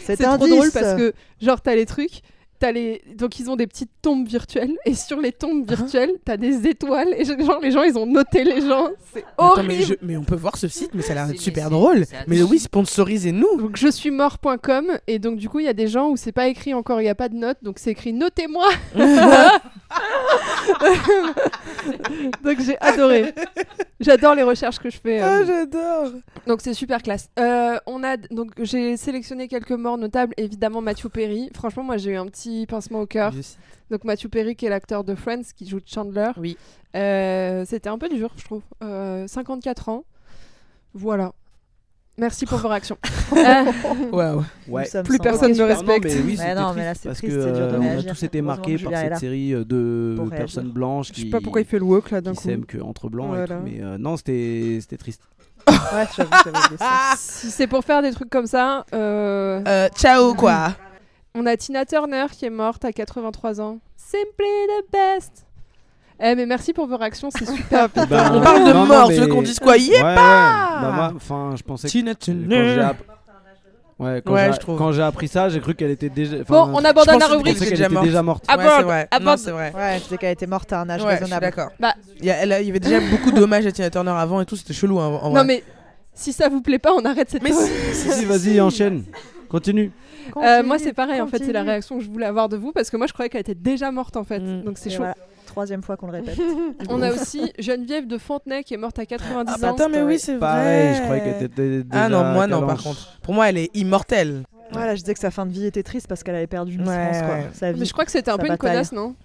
A: C'est
B: C'est
A: un
B: trop
A: indice.
B: drôle parce que, genre, t'as les trucs. T'as les... Donc ils ont des petites tombes virtuelles et sur les
D: Ah.
B: tombes virtuelles t'as des étoiles et genre les gens ils ont noté les gens c'est
D: Attends,
B: horrible
D: mais, je- mais on peut voir ce site, mais ça a l'air
F: C'est-
D: d'être super
F: c'est-
D: drôle.
F: c'est
D: Mais oui, sponsorisez-nous.
B: donc je suis mort.com et donc du coup il y a des gens où c'est pas écrit encore il y a pas de note donc c'est écrit
D: *laughs*
B: notez-moi *laughs* donc j'ai adoré j'adore les recherches que je fais
D: Ah,
B: euh,
D: j'adore.
B: Donc c'est super classe. Euh, on a donc j'ai sélectionné quelques morts notables. Évidemment Matthew Perry. Franchement moi j'ai eu un petit pincement au cœur. Donc Matthew Perry qui est l'acteur de Friends qui joue Chandler.
D: Oui.
B: Euh, C'était un peu dur je trouve. Euh, 54 ans. Voilà. Merci pour vos
D: *laughs*
B: réactions. *laughs* Euh,
D: Waouh.
E: Ouais.
A: Nous sommes
H: Plus
A: sans
H: personne
A: voix.
H: ne me
E: Ah non,
H: respecte.
E: mais oui, c'était
A: Mais non, mais
E: triste
A: là, c'est
E: parce
A: triste,
E: que
A: c'est dur de
E: euh, on a
A: réagir.
E: tous été
A: Heureusement que
E: marqués par
A: Julia est
E: cette
A: là.
E: série euh, de
A: Pour réagir.
E: personnes blanches qui
H: Je sais pas pourquoi il fait le walk là d'un
E: qui
H: coup.
E: s'aiment que entre blancs et
H: Voilà.
E: tout, mais euh, non, c'était c'était triste.
A: Ouais, j'avoue, j'avais oublié ça.
B: Ah, si c'est pour faire des trucs comme ça, euh,
D: Euh, ciao, quoi.
B: on a Tina Turner qui est morte à 83 ans. Simply the best. Eh mais merci pour vos réactions
D: *laughs*
B: c'est super.
E: Ben,
D: on parle de
E: non, non,
D: mort. Tu
E: mais-
D: veux qu'on dise quoi
E: Ouais,
D: Yep.
E: ouais. Bah, moi, enfin, je pensais que
D: Tina
E: quand
D: Turner.
E: j'ai app- Ouais, quand
D: Ouais,
E: j'ai-
D: je trouve.
E: quand j'ai appris ça, j'ai cru qu'elle était déjà.
B: bon
E: enfin,
B: on
D: je
B: abandonne la
D: pense que
E: je pensais
B: rubrique.
D: c'est
E: qu'elle
D: déjà
E: était
D: morte.
E: déjà morte.
D: Ouais, c'est
B: Aborde,
D: vrai. Non,
B: aborde.
D: c'est vrai.
A: Ouais, je disais qu'elle était morte à un âge
D: Ouais, Ah, je suis
A: raisonnable.
D: d'accord.
B: Bah,
D: Il y, a- elle a- il y avait déjà beaucoup d'hommages à Tina Turner avant et tout, c'était chelou. hein, en
B: Non
D: vrai.
B: mais si ça vous plaît pas, on arrête cette. *laughs*
D: Mais
B: Euh,
D: si,
E: Si,
B: *laughs*
E: si, vas-y, enchaîne. Continue.
B: euh,
A: Continue,
B: moi c'est pareil en fait, c'est la
A: continue.
B: réaction que je voulais avoir de vous parce que moi je croyais qu'elle était déjà morte en fait.
D: Mm.
B: Donc c'est
A: Et
B: chaud.
A: voilà, Troisième fois qu'on le
B: *laughs*
A: répète.
B: On a aussi Geneviève de Fontenay qui est morte à 90
D: Ah,
B: ans.
D: attends, mais oui, c'est vrai.
E: Pareil, je croyais qu'elle était déjà.
D: Ah non, moi non,
E: qu'elle
D: par
E: en-
D: contre. Pour moi, elle est immortelle.
A: Voilà, je disais que sa fin de vie était triste parce qu'elle avait perdu Miss
D: Ouais,
A: France, quoi.
D: ouais.
A: Sa vie.
B: Mais je crois que c'était un
A: Sa
B: peu une
A: bataille.
B: connasse, non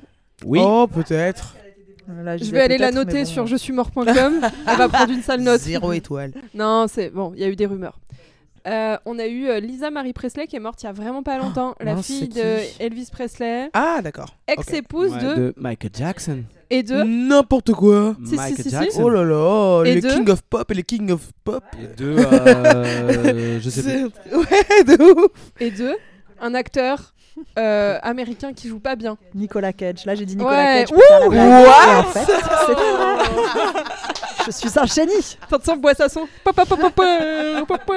E: Oui.
D: Oh, peut-être.
A: Là,
B: Je
A: disais
B: vais aller la
A: peut-être, mais
B: noter
A: bon.
B: sur je suis mort.com.
D: *laughs*
B: Elle va prendre une sale note. *laughs*
D: Zéro étoile.
B: Non, c'est bon, il y a eu des rumeurs. Euh, on a eu euh, Lisa Marie Presley qui est morte il y a vraiment pas longtemps, la
D: mince,
B: fille
D: c'est qui
B: de Elvis Presley,
D: Ah, d'accord.
B: ex-épouse
E: Ouais,
B: de
E: Michael Jackson.
B: et de
D: N'importe quoi.
B: Si, si,
E: Michael
B: si, si.
E: Jackson.
D: Oh là là,
B: Et
D: le
B: de-
D: king of pop et le king of pop.
E: Et de.
D: *laughs*
E: euh, je sais plus.
B: *laughs*
D: C'est- Ouais, de ouf.
B: et de un acteur euh, américain qui joue pas bien.
A: Nicolas Cage. Là, j'ai dit Nicolas
B: Ouais.
A: Cage. pour faire la
B: Ouh,
A: blague. Et en fait, c'est pas vrai.
B: *laughs*
A: Je suis un génie.
B: T'entends Boissasson Pa, pa, pa, pa, pa, pa, pa.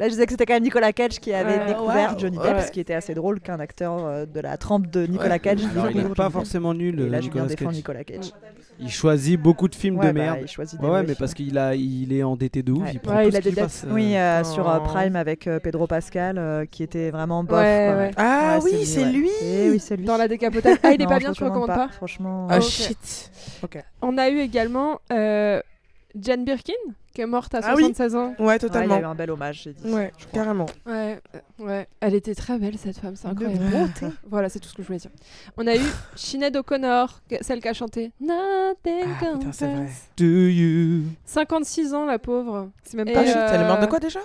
A: Là, je disais que c'était quand même Nicolas Cage qui avait
B: Ouais.
A: découvert
D: Wow.
A: Johnny
D: Ouais.
A: Depp, ce qui était assez drôle qu'un acteur euh, de la trempe de Nicolas
E: Ouais.
A: Cage.
E: Alors, il
A: découvre
E: n'est pas
A: Johnny Depp.
E: forcément nul. euh,
A: Et là, je viens
E: Nicolas
A: défendre
E: Cage.
A: Nicolas Cage.
E: Il choisit beaucoup de films
A: Ouais,
E: de
A: bah,
E: merde.
A: il choisit des
E: Ouais, ouais,
A: mauvais
E: mais parce qu'il a, il est endetté de ouf.
A: Ouais.
E: Il prend
B: Ouais,
E: tout
B: il a
E: ce
B: des
E: qui
B: dettes.
E: passe, euh,
A: Oui, euh, sur euh,
D: Oh.
A: Prime avec euh, Pedro Pascal euh, qui était vraiment bof.
B: Ouais,
A: quoi.
B: ouais.
D: Ah
A: Ouais,
D: oui, c'est
A: ouais.
D: lui
A: Eh oui, c'est lui. *laughs*
B: Dans la décapotable. Ah, il est
A: Non,
B: pas
A: je
B: bien, tu recommandes pas.
A: Franchement,
D: Ah
B: Ok.
D: shit
B: On a eu également euh, Jane Birkin qui est morte à
D: Ah oui.
B: 76 ans.
D: Ouais,
A: Ouais, il y a
D: totalement.
A: eu un bel hommage, j'ai dit.
D: Ouais,
A: je crois.
D: carrément.
B: Ouais, euh, ouais. Elle était très belle cette femme, c'est incroyable.
D: beauté.
B: Voilà, c'est tout ce que je voulais dire. On a eu Sinead O'Connor, que- celle qui a chanté Nothing
D: Ah putain, c'est vrai.
B: compares.
E: Do you
B: 56 ans la pauvre.
H: C'est même
B: Et
H: pas.
D: Ah shit, elle est morte de
B: euh,
D: quoi déjà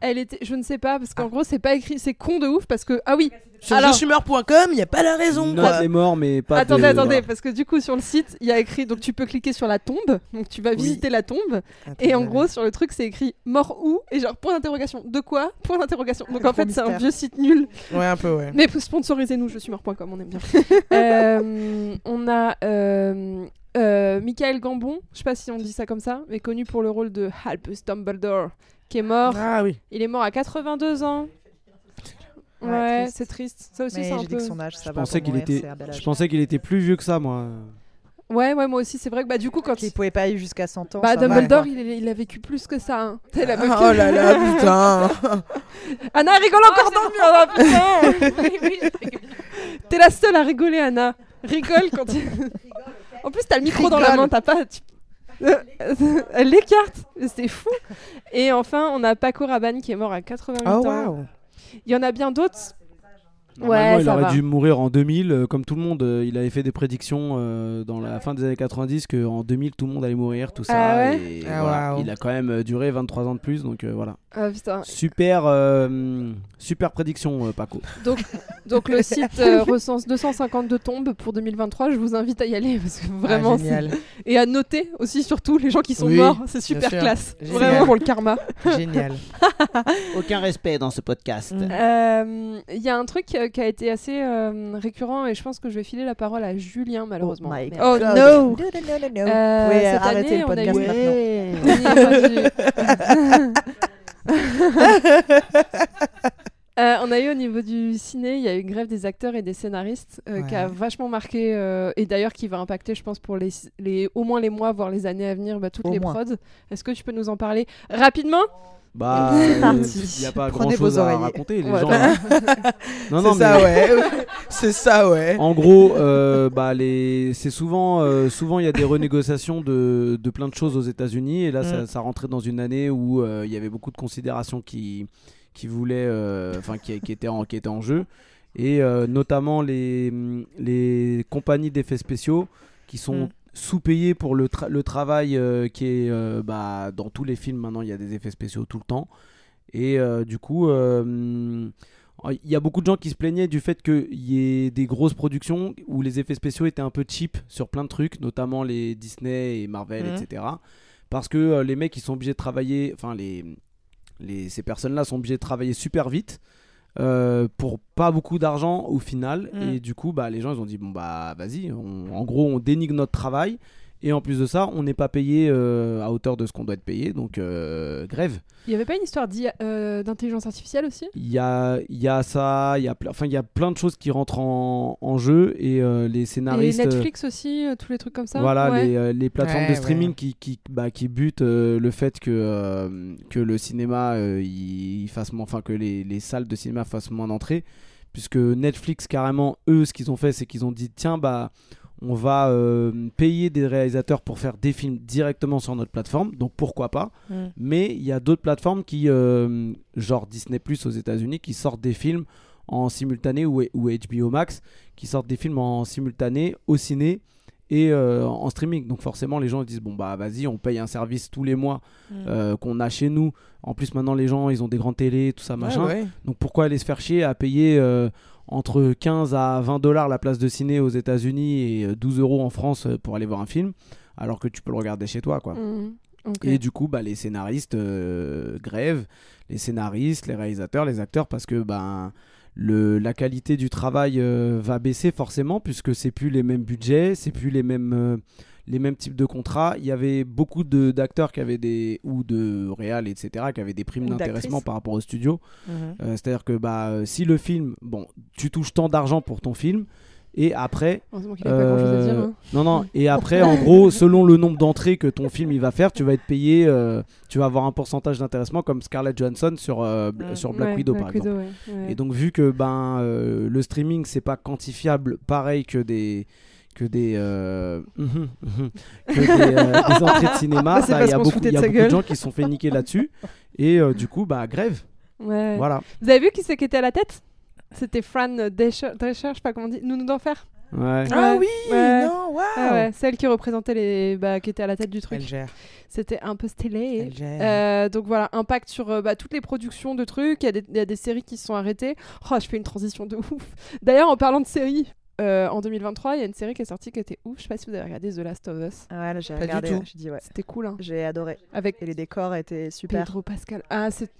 B: Elle était, je ne sais pas parce
A: Ah.
B: qu'en gros c'est pas écrit, c'est con de ouf parce que ah oui.
D: Sur
B: alors-
D: jeuxhumeur.com, il n'y a pas la raison.
E: Non,
D: quoi.
E: elle est mort, mais pas.
B: attendez,
E: de-
B: attendez,
E: voilà.
B: parce que du coup sur le site il y a écrit donc tu peux cliquer sur la tombe, donc tu vas visiter la tombe et en gros sur le truc c'est écrit mort où et genre point d'interrogation de quoi point d'interrogation donc en
A: Gros
B: fait c'est un
A: mystère.
B: vieux site nul
D: Ouais, un peu, ouais.
B: mais sponsorisez-nous je suis mort.com
A: *laughs*
B: on aime bien Euh, on a euh, euh, Michael Gambon je sais pas si on dit ça comme ça mais connu pour le rôle de Albus Dumbledore qui est mort
D: Ah oui.
B: Il est mort à 82 ans.
A: Ouais,
B: Ouais,
A: triste.
B: c'est triste. Ça aussi,
A: Mais
B: c'est un
A: j'ai dit
B: peu.
A: que son âge, ça
E: Je
A: va.
E: pensais
A: pour
E: qu'il
A: mourir,
E: était-
A: c'est un bel
E: Je
A: âge.
E: pensais qu'il était plus vieux que ça, moi.
B: Ouais, ouais, moi aussi, c'est vrai que bah, du coup, quand.
A: qu'il pouvait pas aller jusqu'à 100 ans.
B: Bah,
A: ça va, Ah,
B: Dumbledore,
A: quoi.
B: il, il a vécu plus que ça. Hein. *laughs* T'es la meuf qui-
D: Oh
B: *laughs*
D: là là, putain.
B: Anna
A: Ah,
B: elle rigole encore dans
A: *laughs*
B: le mur, là, putain. T'es la seule à rigoler, Anna. Rigole quand tu. en plus, t'as le micro dans la
D: Rigole.
B: main, t'as pas. tu- *laughs* Elle l'écarte, c'est fou. Et enfin, on a Paco Rabanne qui est mort à 88
D: Oh
B: ans.
D: waouh.
B: Il y en a bien d'autres.
E: Normalement, il
B: ça
E: aurait
B: va.
E: dû mourir en 2000, euh, comme tout le monde. Euh, il avait fait des prédictions euh, dans la fin des années 90 qu'en 2000, tout le monde allait mourir, tout ça.
B: Ah ouais
E: et
D: Ah,
E: voilà.
D: waouh.
E: Il a quand même euh, duré 23 ans de plus, donc euh, voilà.
B: Ah putain,
E: Super, euh, super prédiction, euh, Paco.
B: Donc
D: *laughs*
B: le site euh, recense 252 tombes pour 2023. Je vous invite à y aller parce que vraiment.
D: Ah,
B: c'est-
D: génial.
B: et à noter aussi surtout les gens qui sont
D: Oui,
B: morts. C'est super
D: sûr.
B: classe.
D: Génial.
B: Vraiment pour le karma.
D: génial.
G: Aucun respect dans ce podcast.
D: Mm.
B: Euh, Il y a un truc euh, qui a été assez euh, récurrent et je pense que je vais filer la parole à Julien malheureusement.
A: Oh my
B: Merde.
A: God.
B: Oh no.
A: No, no, no, no,
E: Ah
A: no.
B: Euh,
A: Vous pouvez
B: cette
A: arrêter
B: année,
A: le
B: on a
A: podcast
B: eu-
A: maintenant.
B: On y est rendu.
E: *laughs*
B: *laughs* Euh, on a eu au niveau du ciné, il y a eu une grève des acteurs et des scénaristes euh, qui a
D: Ouais.
B: vachement marqué euh, et d'ailleurs qui va impacter, je pense, pour les, les au moins les mois, voire les années à venir, bah, toutes
A: Au
B: les
A: moins.
B: prods. Est-ce que tu peux nous en parler rapidement *laughs*
E: Bah,
A: C'est
E: euh,
A: parti.
E: il n'y a pas
A: Prenez
E: grand chose
A: vos
E: à
A: oreilles.
E: raconter. Les
B: Ouais. *laughs*
E: gens, là. non, non,
D: c'est
E: mais- Oh,
D: ça, ouais. *laughs* c'est ça, ouais.
E: En gros, euh, bah, les... c'est souvent, euh, souvent il y a des renégociations de, de plein de choses aux États-Unis. Et là, ça,
D: Mm.
E: ça rentrait dans une année où euh, il y avait beaucoup de considérations qui, qui voulaient, euh, enfin, qui, qui étaient en, qui étaient en jeu, et euh, notamment les, les compagnies d'effets spéciaux qui sont
D: Mm.
E: sous-payées pour le, tra- le travail euh, qui est euh, bah, dans tous les films maintenant. Il y a des effets spéciaux tout le temps. Et euh, du coup, euh, il y a beaucoup de gens qui se plaignaient du fait qu'il y ait des grosses productions où les effets spéciaux étaient un peu cheap sur plein de trucs, notamment les Disney et Marvel,
D: Mhm.
E: etc. Parce que euh, les mecs, ils sont obligés de travailler, enfin, les, les, ces personnes-là sont obligées de travailler super vite. euh, pour pas beaucoup d'argent au final
B: Mm.
D: Mhm.
E: et du coup bah les gens ils ont dit bon bah vas-y on- en gros on dénigre notre travail et en plus de ça on n'est pas payé euh, à hauteur de ce qu'on doit être payé donc euh, grève
B: Il n'y avait pas une histoire d'IA, euh, d'intelligence artificielle aussi
E: il y a, il y a ça, il y a, ple- enfin, il y a plein de choses qui rentrent en, en jeu et euh, les
B: Et
E: scénaristes.
B: Netflix aussi, euh, tous les trucs comme ça
E: euh, Voilà,
B: Ouais.
E: les, euh, les plateformes
D: Ouais,
E: de
D: ouais.
E: streaming qui, qui, bah, qui butent euh, le fait que, euh, que le cinéma, euh, il, il fasse moins, enfin, que les, les salles de cinéma fassent moins d'entrées. Puisque Netflix, carrément, eux, ce qu'ils ont fait, c'est qu'ils ont dit tiens, bah, on va euh, payer des réalisateurs pour faire des films directement sur notre plateforme, donc pourquoi pas
B: Mm.
E: mais il y a d'autres plateformes qui, euh, genre Disney Plus aux États-Unis, qui sortent des films en simultané ou, ou HBO Max, qui sortent des films en simultané au ciné et euh, en streaming. Donc forcément, les gens ils disent bon bah vas-y, on paye un service tous les mois
D: Mm.
E: euh, qu'on a chez nous. En plus maintenant, les gens ils ont des grandes télé, tout ça machin.
D: Ah Ouais, ouais.
E: Donc pourquoi aller se faire chier à payer euh, entre 15 à 20 dollars la place de ciné aux États-Unis et euh, 12 euros en France euh, pour aller voir un film, alors que tu peux le regarder chez toi quoi.
B: Mhm. Ok.
E: Et du coup, bah, les scénaristes euh, grèvent, les scénaristes, les réalisateurs, les acteurs, parce que ben le, la qualité du travail euh, va baisser forcément, puisque c'est plus les mêmes budgets, c'est plus les mêmes, euh, les mêmes types de contrats. Il y avait beaucoup de- d'acteurs qui avaient des ou de réal, etc., qui avaient des primes
A: Ou
E: d'intéressement
A: d'actrices.
E: par rapport au studio.
D: Mhm.
E: Euh, C'est-à-dire que bah, euh, si le film, bon, tu touches tant d'argent pour ton film, et après,
B: Heureusement qu'il a pas grand chose à dire.
E: euh,
B: hein.
E: Non, non. Et après, en
B: *laughs*
E: gros, selon le nombre d'entrées que ton film il va faire, tu vas être payé, euh, tu vas avoir un pourcentage d'intéressement comme Scarlett Johansson sur, euh, bl-
D: Mm.
E: sur Black
B: Ah, hein. Ouais,
E: Widow,
B: Black
E: par exemple.
B: Widow, ouais, ouais.
E: Et donc, vu que ben, euh, le streaming, c'est pas quantifiable pareil que des que des, euh,
B: *laughs*
E: mhm, mhm, que des, euh, des entrées de cinéma,
H: Bah, c'est
E: bah, il
H: parce
E: y a
H: qu'on se
E: beaucoup,
H: foutait
E: il y a
H: de sa
E: beaucoup de
H: gueule.
E: gens qui se sont fait niquer là-dessus. Et euh, du coup, bah, grève.
B: Ouais.
E: Voilà.
B: Vous avez vu qui c'est qui était à la tête C'était Fran Drescher, Drescher, je sais pas comment on dit, Nounou d'enfer.
E: Ouais.
D: Ah
B: Ouais.
D: oui,
B: Ouais.
D: non, waouh.
B: Ah ouais, celle qui représentait les, bah, qui était à la tête du truc.
D: Elle gère,
B: C'était un peu stylé.
D: elle gère.
B: Euh, donc voilà, impact sur euh, bah, toutes les productions de trucs. Il y, a des- il y a des séries qui se sont arrêtées. Oh, je fais une transition de ouf. D'ailleurs, en parlant de séries, euh, en 2023, il y a une série qui est sortie qui était ouf. Je sais pas si vous avez regardé The Last of Us.
A: Ouais, là, j'ai
D: Pas du
A: regardé,
D: tout.
A: là, j'ai dit ouais.
B: C'était cool, hein.
A: J'ai adoré.
B: Avec
A: Et les décors étaient super.
B: Pedro Pascal. Ah, c'est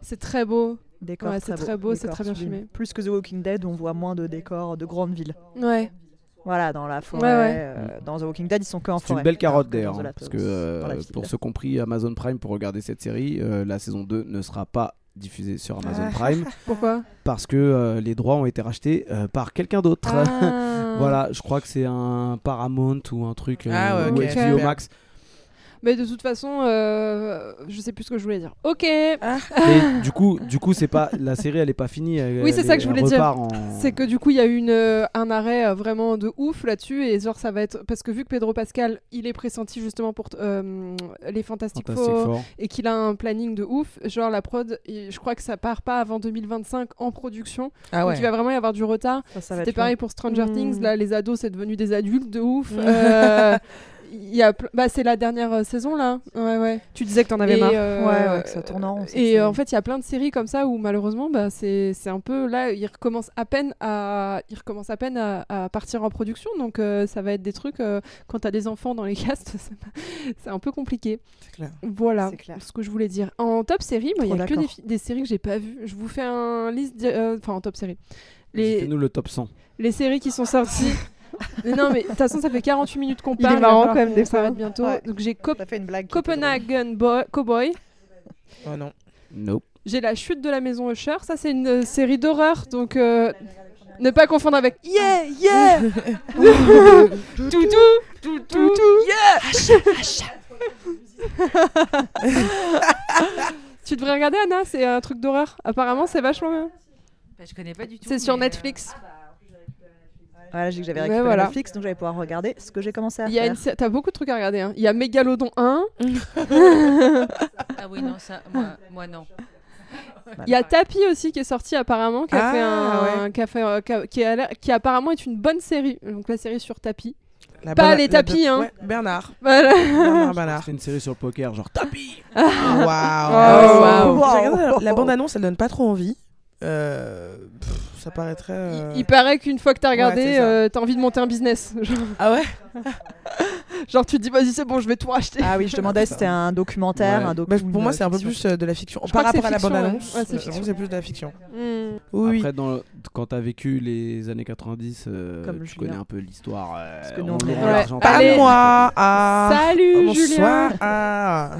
B: c'est très beau.
A: Décors
B: Ouais, c'est très beau, c'est
A: décors
B: très bien
A: sublimes.
B: filmé.
A: Plus que The Walking Dead, où on voit moins de décors de grandes villes.
B: Ouais.
A: Voilà, dans la forêt.
B: ouais.
A: euh, dans The Walking Dead, ils sont que en
E: C'est
A: forêt.
E: une belle
A: alors
E: carotte
A: que
E: d'ailleurs,
A: dans The
E: hein,
A: Last
E: parce
A: of
E: que
A: Us,
E: euh,
A: dans la ville.
E: pour ceux qui ont pris Amazon Prime pour regarder cette série, euh, la saison 2 ne sera pas diffusée sur Amazon
D: Ah.
E: Prime
B: Pourquoi
E: parce que euh, les droits ont été rachetés euh, par quelqu'un d'autre.
B: Ah.
E: *laughs* voilà, je crois que c'est un Paramount ou un truc euh,
D: Ah ouais,
E: ou
B: ok.
E: HBO Max.
B: Mais de toute façon, euh, je sais plus ce que je voulais dire. Ok,
E: Et du coup, du coup, c'est pas la série, elle est pas finie. elle-
B: Oui, c'est
E: elle
B: ça
E: est-
B: que je
E: elle
B: voulais dire.
E: repart en-
B: c'est que du coup, il y a eu une, euh, un arrêt euh, vraiment de ouf là-dessus. Et genre, ça va être. Parce que vu que Pedro Pascal, il est pressenti justement pour t- euh, les Fantastic
E: Fantastic
B: Four
E: Four.
B: et qu'il a un planning de ouf, genre la prod, il- je crois que ça part pas avant 2025 en production.
D: ah
B: Donc il va vraiment y avoir du retard.
A: Ça, ça va
B: C'était
A: être long. Mmh.
B: pareil pour Stranger
H: Mm.
B: Things. Là, les ados, c'est devenu des adultes de ouf. Euh, *laughs* il y a ple- bah, c'est la dernière euh, saison là. Ouais, ouais.
H: Tu disais que t'en avais
B: Et,
H: marre.
B: euh,
A: Ouais, ouais, que ça tourne en rond, ça,
B: Et
A: c'est-
B: euh, en fait, il y a plein de séries comme ça où malheureusement, bah, c'est c'est un peu là, ils recommencent à peine à, ils recommencent à peine à, à partir en production. Donc euh, ça va être des trucs euh, quand t'as des enfants dans les *laughs* castes, c'est pas- c'est un peu compliqué.
D: C'est clair.
B: Voilà
H: C'est clair.
B: ce que je voulais dire. En top série, moi, il
A: Trop
B: y a que des,
A: d'accord.
B: fi- des séries que j'ai pas vues. Je vous fais un liste, di- euh, enfin en top série. Les,
E: Dites-nous le top 100.
B: les séries qui sont
H: *laughs*
B: sorties. Mais non, mais de toute façon, ça fait 48 minutes qu'on
H: Il
B: parle.
H: est marrant
B: alors
H: quand même
B: qu'on
H: des fois.
B: s'arrête bientôt.
A: Ouais.
B: Donc j'ai Cop-
A: T'as fait une blague. qui était drôle.
B: Copenhagen Boy- Cowboy.
D: Oh non.
E: Nope.
B: J'ai la chute de la maison Usher. Ça, c'est une euh, série d'horreur. Donc euh, ne pas confondre avec Yeah, yeah Toutou, toutou, yeah *laughs* Tu devrais regarder Anna, c'est un truc d'horreur. Apparemment, c'est vachement bien.
F: Bah, je connais pas du tout.
B: C'est sur
F: mais, euh,
B: Netflix.
A: Voilà, j'ai que j'avais
B: Mais
A: récupéré
B: voilà.
A: Netflix, donc j'allais pouvoir regarder ce que j'ai commencé à
B: Il y a
A: faire.
B: une sé- T'as beaucoup de trucs à regarder. hein. Il y a Mégalodon 1,
F: Ah oui, non, ça, moi, moi non.
B: il y a Tapi aussi qui est sorti apparemment, qui a
D: Ah,
B: fait un, qui, a fait, euh, qui a- qui a l'air- qui apparemment est une bonne série. Donc la série sur Tapi.
D: La
B: Pas
D: bonne-
B: les
D: la
B: tapis,
D: bonne-
B: hein.
D: ouais, Bernard. *laughs*
B: Voilà.
D: Bernard, Bernard.
B: *laughs*
E: C'est une série sur le poker, genre tapis.
D: Waouh.
B: Oh, waouh.
D: J'ai regardé la- La bande-annonce, elle donne pas trop envie. Euh, pff, ça paraîtrait. euh,
B: Il, il paraît qu'une fois que t'as regardé,
D: c'est ça.
B: euh, t'as envie de monter un business. *laughs* Genre,
D: Ah ouais
B: genre, tu te dis, vas-y, c'est bon, je vais tout racheter.
A: Ah oui, je demandais si c'était un documentaire,
E: Ouais.
A: un Ah,
D: Bah,
A: docu.
D: Pour moi,
A: une
D: c'est un peu
A: fiction.
D: plus euh, de la fiction.
B: crois
D: Par
B: que c'est
D: rapport à la
B: fiction, ouais.
D: bande-annonce,
B: Ouais, c'est
D: euh, je
B: fiction.
D: trouve que c'est plus de la fiction.
B: Hmm.
D: Oui, oui.
E: Après, dans le- quand t'as vécu les années 90, euh,
A: Comme
E: tu
A: Julien.
E: connais un peu l'histoire. euh,
A: que nous, on
E: on aura
A: est-
B: Ouais.
E: l'argent.
D: Pas
B: Allez.
D: moi ah,
B: Salut,
D: Bonsoir
B: Julien Euh,
D: ah.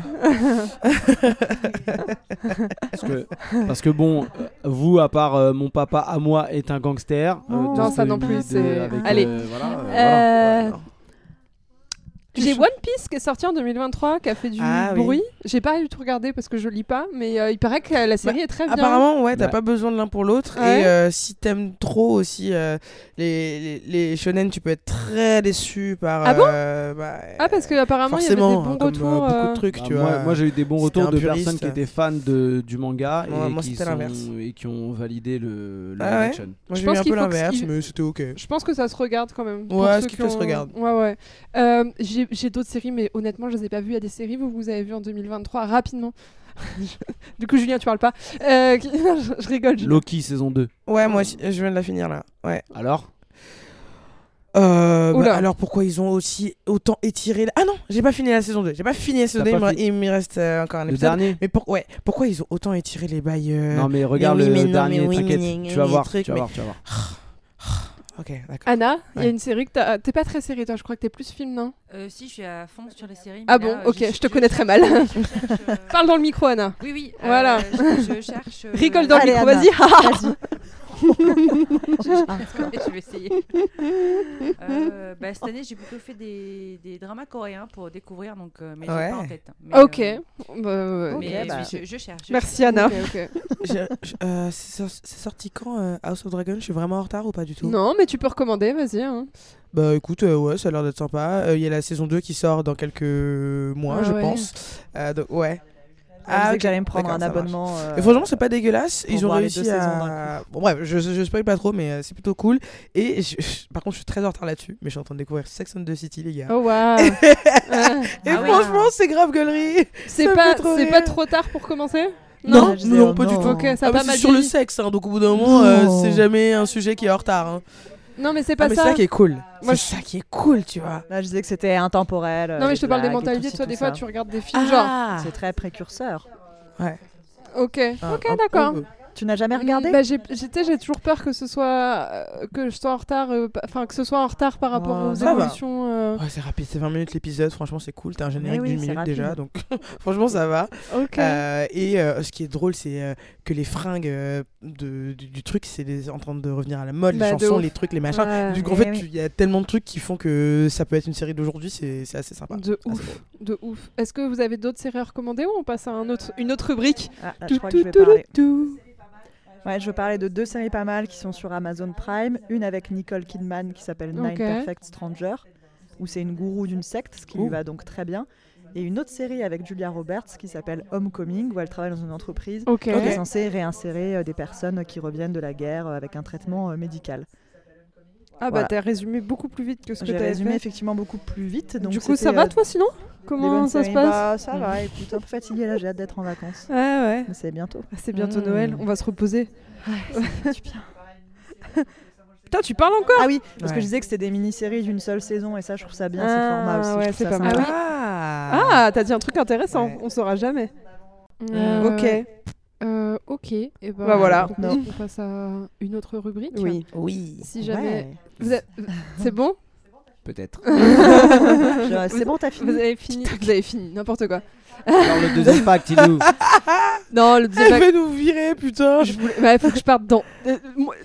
E: Parce que, parce que bon, euh, vous, à part euh, mon papa à moi est un gangster. euh,
A: Non,
E: de
B: ça non plus,
E: Stone Creed,
B: c'est-
E: euh, avec,
B: Allez.
E: euh, voilà, euh,
B: Euh,
E: voilà.
B: J'ai One Piece qui est sorti en 2023, qui a fait du
D: Ah oui.
B: bruit. J'ai pas du tout regardé parce que je lis pas, mais euh, il paraît que la série est très bien.
D: Bah, Apparemment, ouais, t'as
E: Bah.
D: pas besoin de l'un pour l'autre.
B: Ouais.
D: Et euh, si t'aimes trop aussi euh, les, les, les shonen, tu peux être très déçu par.
B: Ah bon
D: euh, bah,
B: Ah, parce que apparemment, il y avait des
D: forcément, hein,
B: bons
D: comme, euh,
B: retours.
D: beaucoup
B: euh,
D: de trucs,
E: Bah,
D: tu
E: moi,
D: vois.
E: moi, j'ai eu des bons retours
D: C'était
E: de
D: un puriste. hein.
E: personnes qui étaient fans de, du manga
D: Moi-
E: et,
D: moi,
E: qui
D: c'était l'inverse.
E: sont, et qui ont validé le, le
D: Ah ouais
E: live action.
D: Moi,
B: Je
D: j'ai
B: pense
D: eu un
B: qu'il
D: peu
B: faut que
D: l'inverse,
B: il-
D: mais c'était ok.
B: Je pense que ça se regarde quand même. pour
D: Ouais, ce
B: ceux
D: qui
B: qui
D: peut se
B: ont-
D: regarde.
B: Ouais, ouais. Euh, J'ai j'ai d'autres séries, mais honnêtement, je les ai pas vues. Il y a des séries, vous, vous avez vues en 2023, rapidement. *laughs* du coup, Julien, tu parles pas. Euh, qui- *laughs* non, je, je rigole. Julien.
E: Loki saison 2.
D: Ouais, moi aussi, je viens de la finir là. Ouais.
E: Alors
D: Euh, bah,
B: Oula.
D: alors pourquoi ils ont aussi autant étiré la- Ah non, j'ai pas fini la saison 2. J'ai pas fini la saison
E: T'as
D: 2, il
E: pas
D: me-
E: fini.
D: il me reste euh, encore un
E: Le
D: épisode.
E: dernier
D: Mais pour- ouais, pourquoi ils ont autant étiré les bails euh,
E: Non, mais regarde
D: mais oui,
E: le
D: mais non,
E: dernier,
D: mais oui,
E: t'inquiète.
D: mais
E: tu vas
D: oui,
E: voir,
D: truc,
E: tu vas
D: mais-
E: voir, tu vas voir.
D: Ok,
B: *laughs*
D: d'accord.
B: Anna, il y
D: Ouais.
B: a une série que t'as- t'es pas très série, toi. Je crois que t'es plus film, non
F: Euh, si, je suis à fond sur les séries.
B: Ah
F: mais
B: bon,
F: là, euh,
B: ok,
F: j'y suis-
B: je te connais très mal.
F: *laughs* je cherche, euh,
B: *laughs* Parle dans le micro, Anna.
F: Oui, oui. euh,
B: Voilà.
F: je, je cherche. euh,
B: Rigole dans
A: Allez,
B: le micro,
A: Anna.
B: vas-y. *laughs*
A: Vas-y.
F: je vais essayer.
B: *laughs*
F: Euh, bah, cette année, j'ai plutôt fait des, des dramas coréens pour découvrir, donc, euh, mais j'ai
D: Ouais.
F: pas en tête. Mais,
B: ok.
F: euh,
B: Bah, ouais,
F: mais
G: Ok, bah.
F: je, je cherche. je
H: Merci Anna.
B: ok, ok.
D: Je- je- euh, c'est sor- c'est sorti quand euh, House of Dragon Je suis vraiment en retard ou pas du tout
B: Non, mais tu peux recommander, vas-y. hein.
D: Bah écoute, euh, ouais, ça a l'air d'être sympa. Euh, Il y a la saison 2 qui sort dans quelques mois,
B: Ah
D: je
B: ouais.
D: pense. Euh, donc, ouais.
A: Ah, je disais
D: ok,
A: que j'allais me prendre
D: d'accord,
A: un
D: ça marche.
A: abonnement. euh,
D: Et franchement, c'est pas dégueulasse.
A: pour
D: Ils ont
A: voir les
D: réussi
A: deux saisons
D: à. Bon, bref, je, je spoil pas trop, mais euh, c'est plutôt cool. Et je- je- par contre, je suis très en retard là-dessus, mais je suis en train de découvrir Sex and the City, les gars.
B: Oh,
D: *laughs*
B: waouh. Ah.
D: Et
F: Ah ouais.
D: franchement, c'est grave gueulerie.
B: C'est
D: Ça me
B: pas,
D: fait trop
B: c'est
D: rire.
B: pas trop tard pour commencer
A: Non,
D: Non,
A: je
D: non,
A: disais, oh
D: pas du
A: non.
D: tout.
B: Ok, ça
D: Ah,
B: a
D: bah,
B: pas mal
D: c'est sur le
B: vieilli.
D: sexe, hein, donc au bout d'un moment, euh,
A: Non.
D: c'est jamais un sujet qui est en retard. hein.
B: Non, mais c'est
D: Ah,
B: pas
D: mais c'est
B: ça.
D: ça qui est cool.
B: Moi,
D: C'est ça qui est cool, tu vois.
A: Là, je disais que c'était intemporel. euh,
B: Non, mais
A: les
B: je te parle des
A: blagues et tout
B: mentalités.
A: ci,
B: Toi,
A: tout
B: des fois,
A: ça.
B: tu regardes des
A: Ah.
B: films genre.
A: C'est très précurseur.
B: Ok,
D: Ah,
B: ok,
D: un-
B: d'accord.
D: oh,
A: Tu n'as jamais regardé
B: Bah, j'ai, j'étais, j'ai toujours peur que ce soit euh, que je sois en retard, euh, pa- enfin que ce soit en retard par rapport
D: Ouais,
B: aux
D: ça va.
B: évolutions. euh.
D: oh. Ouais, c'est rapide, c'est 20 minutes l'épisode, franchement c'est cool, t'as un générique
A: oui,
D: d'une
A: c'est
D: minute
A: rapide.
D: déjà, donc *laughs* franchement ça va.
B: Ok.
D: Euh, et euh, ce qui est drôle, c'est euh, que les fringues euh, de, du, du truc, c'est des- en train de revenir à la mode,
B: Bah, de
D: les chansons,
B: ouf.
D: les trucs, les machins.
B: Ouais.
D: Du coup, en
A: Eh
D: fait,
A: oui.
D: il y a tellement de trucs qui font que ça peut être une série d'aujourd'hui, c'est c'est assez sympa.
B: De
D: Ah, c'est
B: ouf, de ouf. Est-ce que vous avez d'autres séries à recommander ou on passe à un autre, une autre rubrique
A: Ah, là,
B: Tout,
A: je crois que je
B: tout,
A: vais
B: tout,
A: parler.
B: tout.
A: Ouais, je vais parler de deux séries pas mal qui sont sur Amazon Prime. Une avec Nicole Kidman qui s'appelle Nine
B: Ok.
A: Perfect Stranger, où c'est une gourou d'une secte, ce qui lui
D: Ouh.
A: va donc très bien. Et une autre série avec Julia Roberts qui s'appelle Homecoming, où elle travaille dans une entreprise
B: Ok.
A: qui est censée réinsérer euh, des personnes qui reviennent de la guerre euh, avec un traitement euh, médical.
B: Ah bah
A: Voilà.
B: t'as résumé beaucoup plus vite que ce que
A: J'ai
B: t'avais
A: résumé
B: fait.
A: effectivement beaucoup plus vite. Donc
B: du coup ça
A: c'était,
B: va
A: euh,
B: toi sinon
A: des
B: Comment
A: bonnes
B: ça se
A: séries.
B: passe
A: Bah, Ça va, écoute, un peu fatiguée là, j'ai hâte d'être en vacances.
B: Ouais ouais.
A: Mais c'est bientôt.
B: Ah, C'est bientôt
A: Mmh.
D: Mm.
B: Noël, on va se reposer.
A: du bien.
B: *laughs* Putain tu parles encore
A: Ah oui, parce que
D: Ouais.
A: je disais que c'était des mini-séries d'une seule saison et ça, je trouve ça bien,
B: Ah,
A: ces formats aussi. je
B: ouais,
A: trouve
B: c'est
A: ça
B: pas
A: sympa.
B: mal.
D: Ah,
B: Ah t'as dit un truc intéressant,
D: Ouais.
B: on saura jamais.
D: Euh,
B: ok. Euh, ok. Et ben,
H: Bah, voilà.
B: on- On passe à une autre rubrique.
H: Oui.
D: Oui.
B: Si
A: *laughs*
B: jamais.
D: Ouais.
B: Vous avez- C'est bon
D: *laughs*
E: Peut-être.
A: Genre, C'est bon, t'as
B: Vous
A: fini
B: avez fini. Vous avez fini. N'importe quoi.
G: Alors le deuxième pacte, il est où
B: Non, le
D: Elle
B: débat
D: va nous virer, putain.
B: Je voulais... bah, faut que je parte dans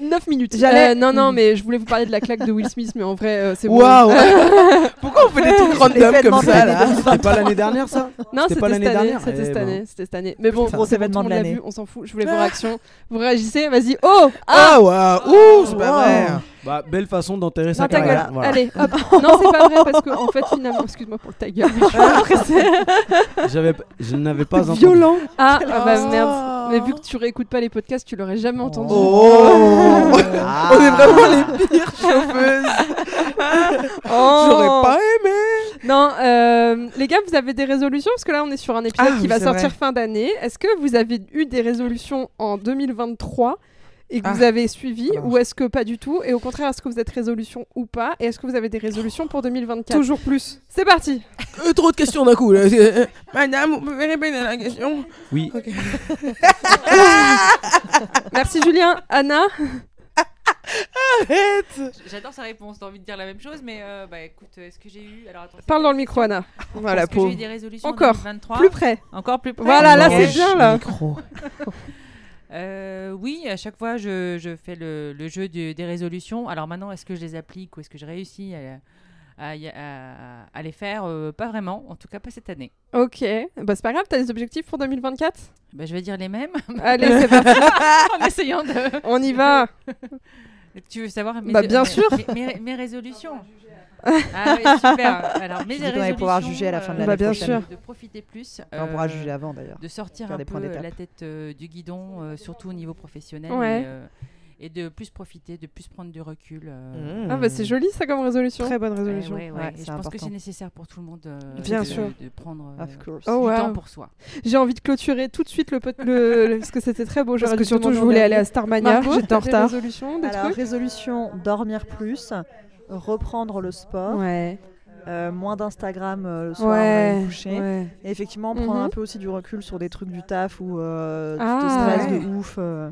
B: 9 minutes.
H: J'allais-
B: Euh, non, non, mais je voulais vous parler de la claque de Will Smith, mais en vrai, euh, c'est bon.
D: Waouh. *laughs* Pourquoi on fait des trucs random
A: Événement
D: comme
A: *laughs*
D: ça là
E: C'était pas l'année dernière, ça
B: Non,
E: C'était
B: c'était
E: pas
B: cette
E: l'année
B: année.
E: dernière
B: C'était
E: Eh
B: cette
E: ben.
B: année. C'était cette année. Mais bon,
E: Putain.
B: gros
A: événement de l'année.
B: On s'en fout. Je voulais vos réactions. Vous réagissez. Vas-y. Oh Ah
D: Ah waouh, ouh, c'est pas
B: Oh.
A: Wow.
D: vrai.
E: Bah, belle façon d'enterrer
B: Non,
E: sa
B: ta
E: carrière.
B: gueule.
E: Voilà.
B: Allez, hop.
D: *laughs*
B: Non, c'est pas vrai parce que en fait, finalement, excuse-moi pour ta gueule.
D: Ah,
B: mais je suis pas pressée.
E: J'avais, p- je n'avais
D: *laughs*
E: pas entendu.
H: Violent.
B: ah, ah bah merde. Mais vu que tu réécoutes pas les podcasts, tu l'aurais jamais entendu. *laughs*
D: Oh
G: Ah.
D: On est vraiment les pires chauffeuses.
B: Oh.
D: J'aurais pas aimé.
B: Non, euh, les gars, vous avez des résolutions Parce que là, on est sur un épisode
D: Ah,
B: qui
D: oui,
B: va
D: c'est
B: sortir
D: vrai.
B: fin d'année. Est-ce que vous avez eu des résolutions en 2023 et que
D: Ah.
B: vous avez suivi
D: Alors,
B: ou est-ce que pas du tout Et au contraire, est-ce que vous êtes résolution ou pas Et est-ce que vous avez des résolutions pour 2024
H: Toujours plus.
B: C'est parti
D: Euh, trop de questions d'un coup. là. *laughs* Euh, euh, Madame, vous pouvez répondre à la question
E: Oui.
B: Merci Julien. Anna
D: Arrête
F: cherche- J'adore sa réponse. T'as envie de dire la même chose, mais euh, bah écoute, euh, est-ce que j'ai eu Alors attends.
B: Parle dans le micro, Anna.
F: Est-ce
B: Voilà,
F: que j'ai
B: pauvre.
F: eu des résolutions
B: Encore.
F: en 2023
B: Plus près.
F: Encore plus près.
B: Voilà, là,
F: Ok.
B: c'est bien, là.
F: Euh, oui, à chaque fois, je, je fais le, le jeu du- des résolutions. Alors maintenant, est-ce que je les applique ou est-ce que je réussis à, à y- à- à les faire Euh, Pas vraiment, en tout cas pas cette année.
B: Ok. Bah, c'est pas grave, t'as des objectifs pour 2024
F: Bah, je vais dire les mêmes *laughs*
H: Ah,
B: Allez, c'est parti.
F: en essayant
A: *laughs*
F: de.
B: On y
H: *laughs*
B: va.
F: Tu veux savoir mes,
B: Bah, bien
F: *laughs* mes-
B: sûr.
F: mes, mes- mes résolutions. Ah oui, super. Alors, mes
A: Je dis qu'on allait
F: résolutions.
A: pouvoir juger à la fin de
F: euh,
B: l'année Bah, bien
F: prochaine,
B: sûr.
F: De profiter plus.
A: On pourra
F: euh,
A: juger avant d'ailleurs.
F: de sortir
A: Faire
F: un
A: des points
F: peu
A: d'étape.
F: la tête euh, du guidon, euh, surtout au niveau professionnel,
B: Ouais.
F: et, euh, et de plus profiter, de plus prendre du recul.
A: Mmh.
F: euh,
B: Ah, bah, c'est joli, ça, comme résolution.
H: Très bonne
F: ouais,
H: résolution.
F: ouais, ouais.
A: Ouais,
F: Et
A: c'est
F: je pense que
A: important.
F: c'est nécessaire pour tout le monde euh,
B: Bien
F: de,
B: sûr.
F: de prendre euh,
A: Of course.
B: Oh,
F: du
B: wow.
F: temps pour soi.
B: J'ai envie de clôturer tout de suite le, pot- le- le- parce que c'était très beau.
H: Parce
B: j'aurais
H: que
B: dû
H: surtout,
B: demander
H: je voulais
B: un
H: aller à
B: avis.
H: Starmania.
B: Margot,
H: J'étais en
B: t'as
H: retard.
B: Des résolutions, des
A: Alors,
B: trucs
A: résolution dormir plus. reprendre le
H: hein
A: sport,
H: Ouais.
A: euh, moins d'Instagram euh, le soir avant de
B: Ouais.
A: me coucher.
B: ouais.
A: Et effectivement, prendre
B: Mhm.
A: un peu aussi du recul sur des trucs du taf où euh, tu te
B: Ah,
A: stresses
B: ouais.
A: de ouf, euh,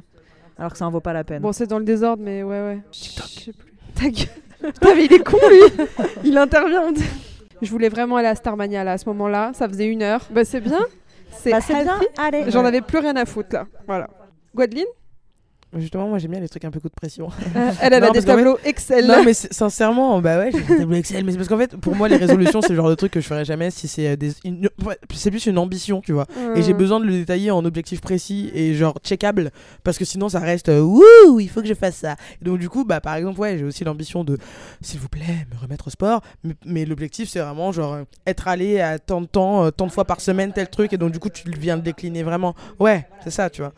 A: alors que ça en vaut pas la peine.
B: Bon, c'est dans le désordre, mais ouais, ouais. Je sais plus. *laughs* Ta gueule.
H: Putain, mais il est con lui. Il intervient.
B: Je voulais vraiment aller à Starmania là, à ce moment-là. Ça faisait une heure. Bah, c'est bien. C'est
A: Bah, c'est bien,
B: healthy.
A: allez.
B: J'en avais plus rien à foutre là. Voilà. Guadeline,
D: Justement, moi j'aime bien les trucs un peu coup de
B: *laughs*
D: pression.
B: euh, elle, elle
D: Non,
B: a des
D: parce qu'en fait-
B: tableaux Excel.
D: Non, mais c'est- sincèrement, bah ouais, j'ai un tableau Excel. Mais c'est parce qu'en fait, pour moi, les résolutions, c'est le genre de truc que je ferais jamais si c'est euh, des. une- ouais, C'est plus une ambition, tu vois.
B: Euh,
D: Et
B: Hmm.
D: j'ai besoin de le détailler en objectif précis et genre checkable parce que sinon ça reste euh, wouh, il faut que je fasse ça. Et donc du coup, bah par exemple, ouais, j'ai aussi l'ambition de s'il vous plaît, me remettre au sport, mais, mais l'objectif c'est vraiment genre euh, être allé à tant de temps, euh, tant de fois par semaine tel truc et donc du coup tu viens le décliner vraiment. Ouais, c'est ça, tu vois.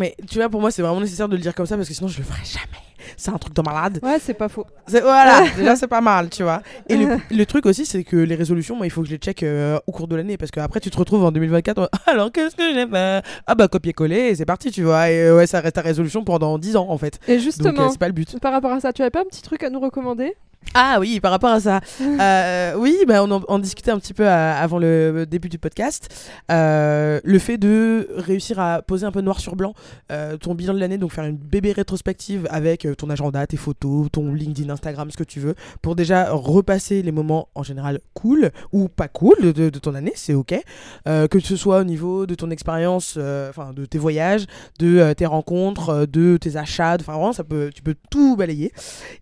D: Mais tu vois, pour moi, c'est vraiment nécessaire de le dire comme ça parce que sinon je le ferai jamais. C'est un truc de malade.
B: Ouais, c'est pas faux.
D: C'est- Voilà, déjà c'est pas mal, tu vois. Et le, le truc aussi, c'est que les résolutions, moi, il faut que je les check euh, au cours de l'année parce qu'après, tu te retrouves en 2024. en- *laughs* Alors qu'est-ce que j'ai fait Ah bah copier-coller, et c'est parti, tu vois. Et euh, ouais, ça reste ta résolution pendant 10 ans en fait.
B: Et
D: Donc euh,
B: justement,
D: c'est pas le but.
B: par rapport à ça, tu avais pas un petit truc à nous recommander
D: Ah oui, par rapport à ça. Euh, oui, bah, on en on discutait un petit peu à- avant le début du podcast. Euh, le fait de réussir à poser un peu noir sur blanc euh, ton bilan de l'année, donc faire une bébé rétrospective avec euh, ton agenda, tes photos, ton LinkedIn, Instagram, ce que tu veux, pour déjà repasser les moments en général cool ou pas cool de, de- de ton année, c'est ok. Euh, que ce soit au niveau de ton expérience, euh, enfin de tes voyages, de euh, tes rencontres, euh, de tes achats, de- enfin vraiment, ça peut, tu peux tout balayer.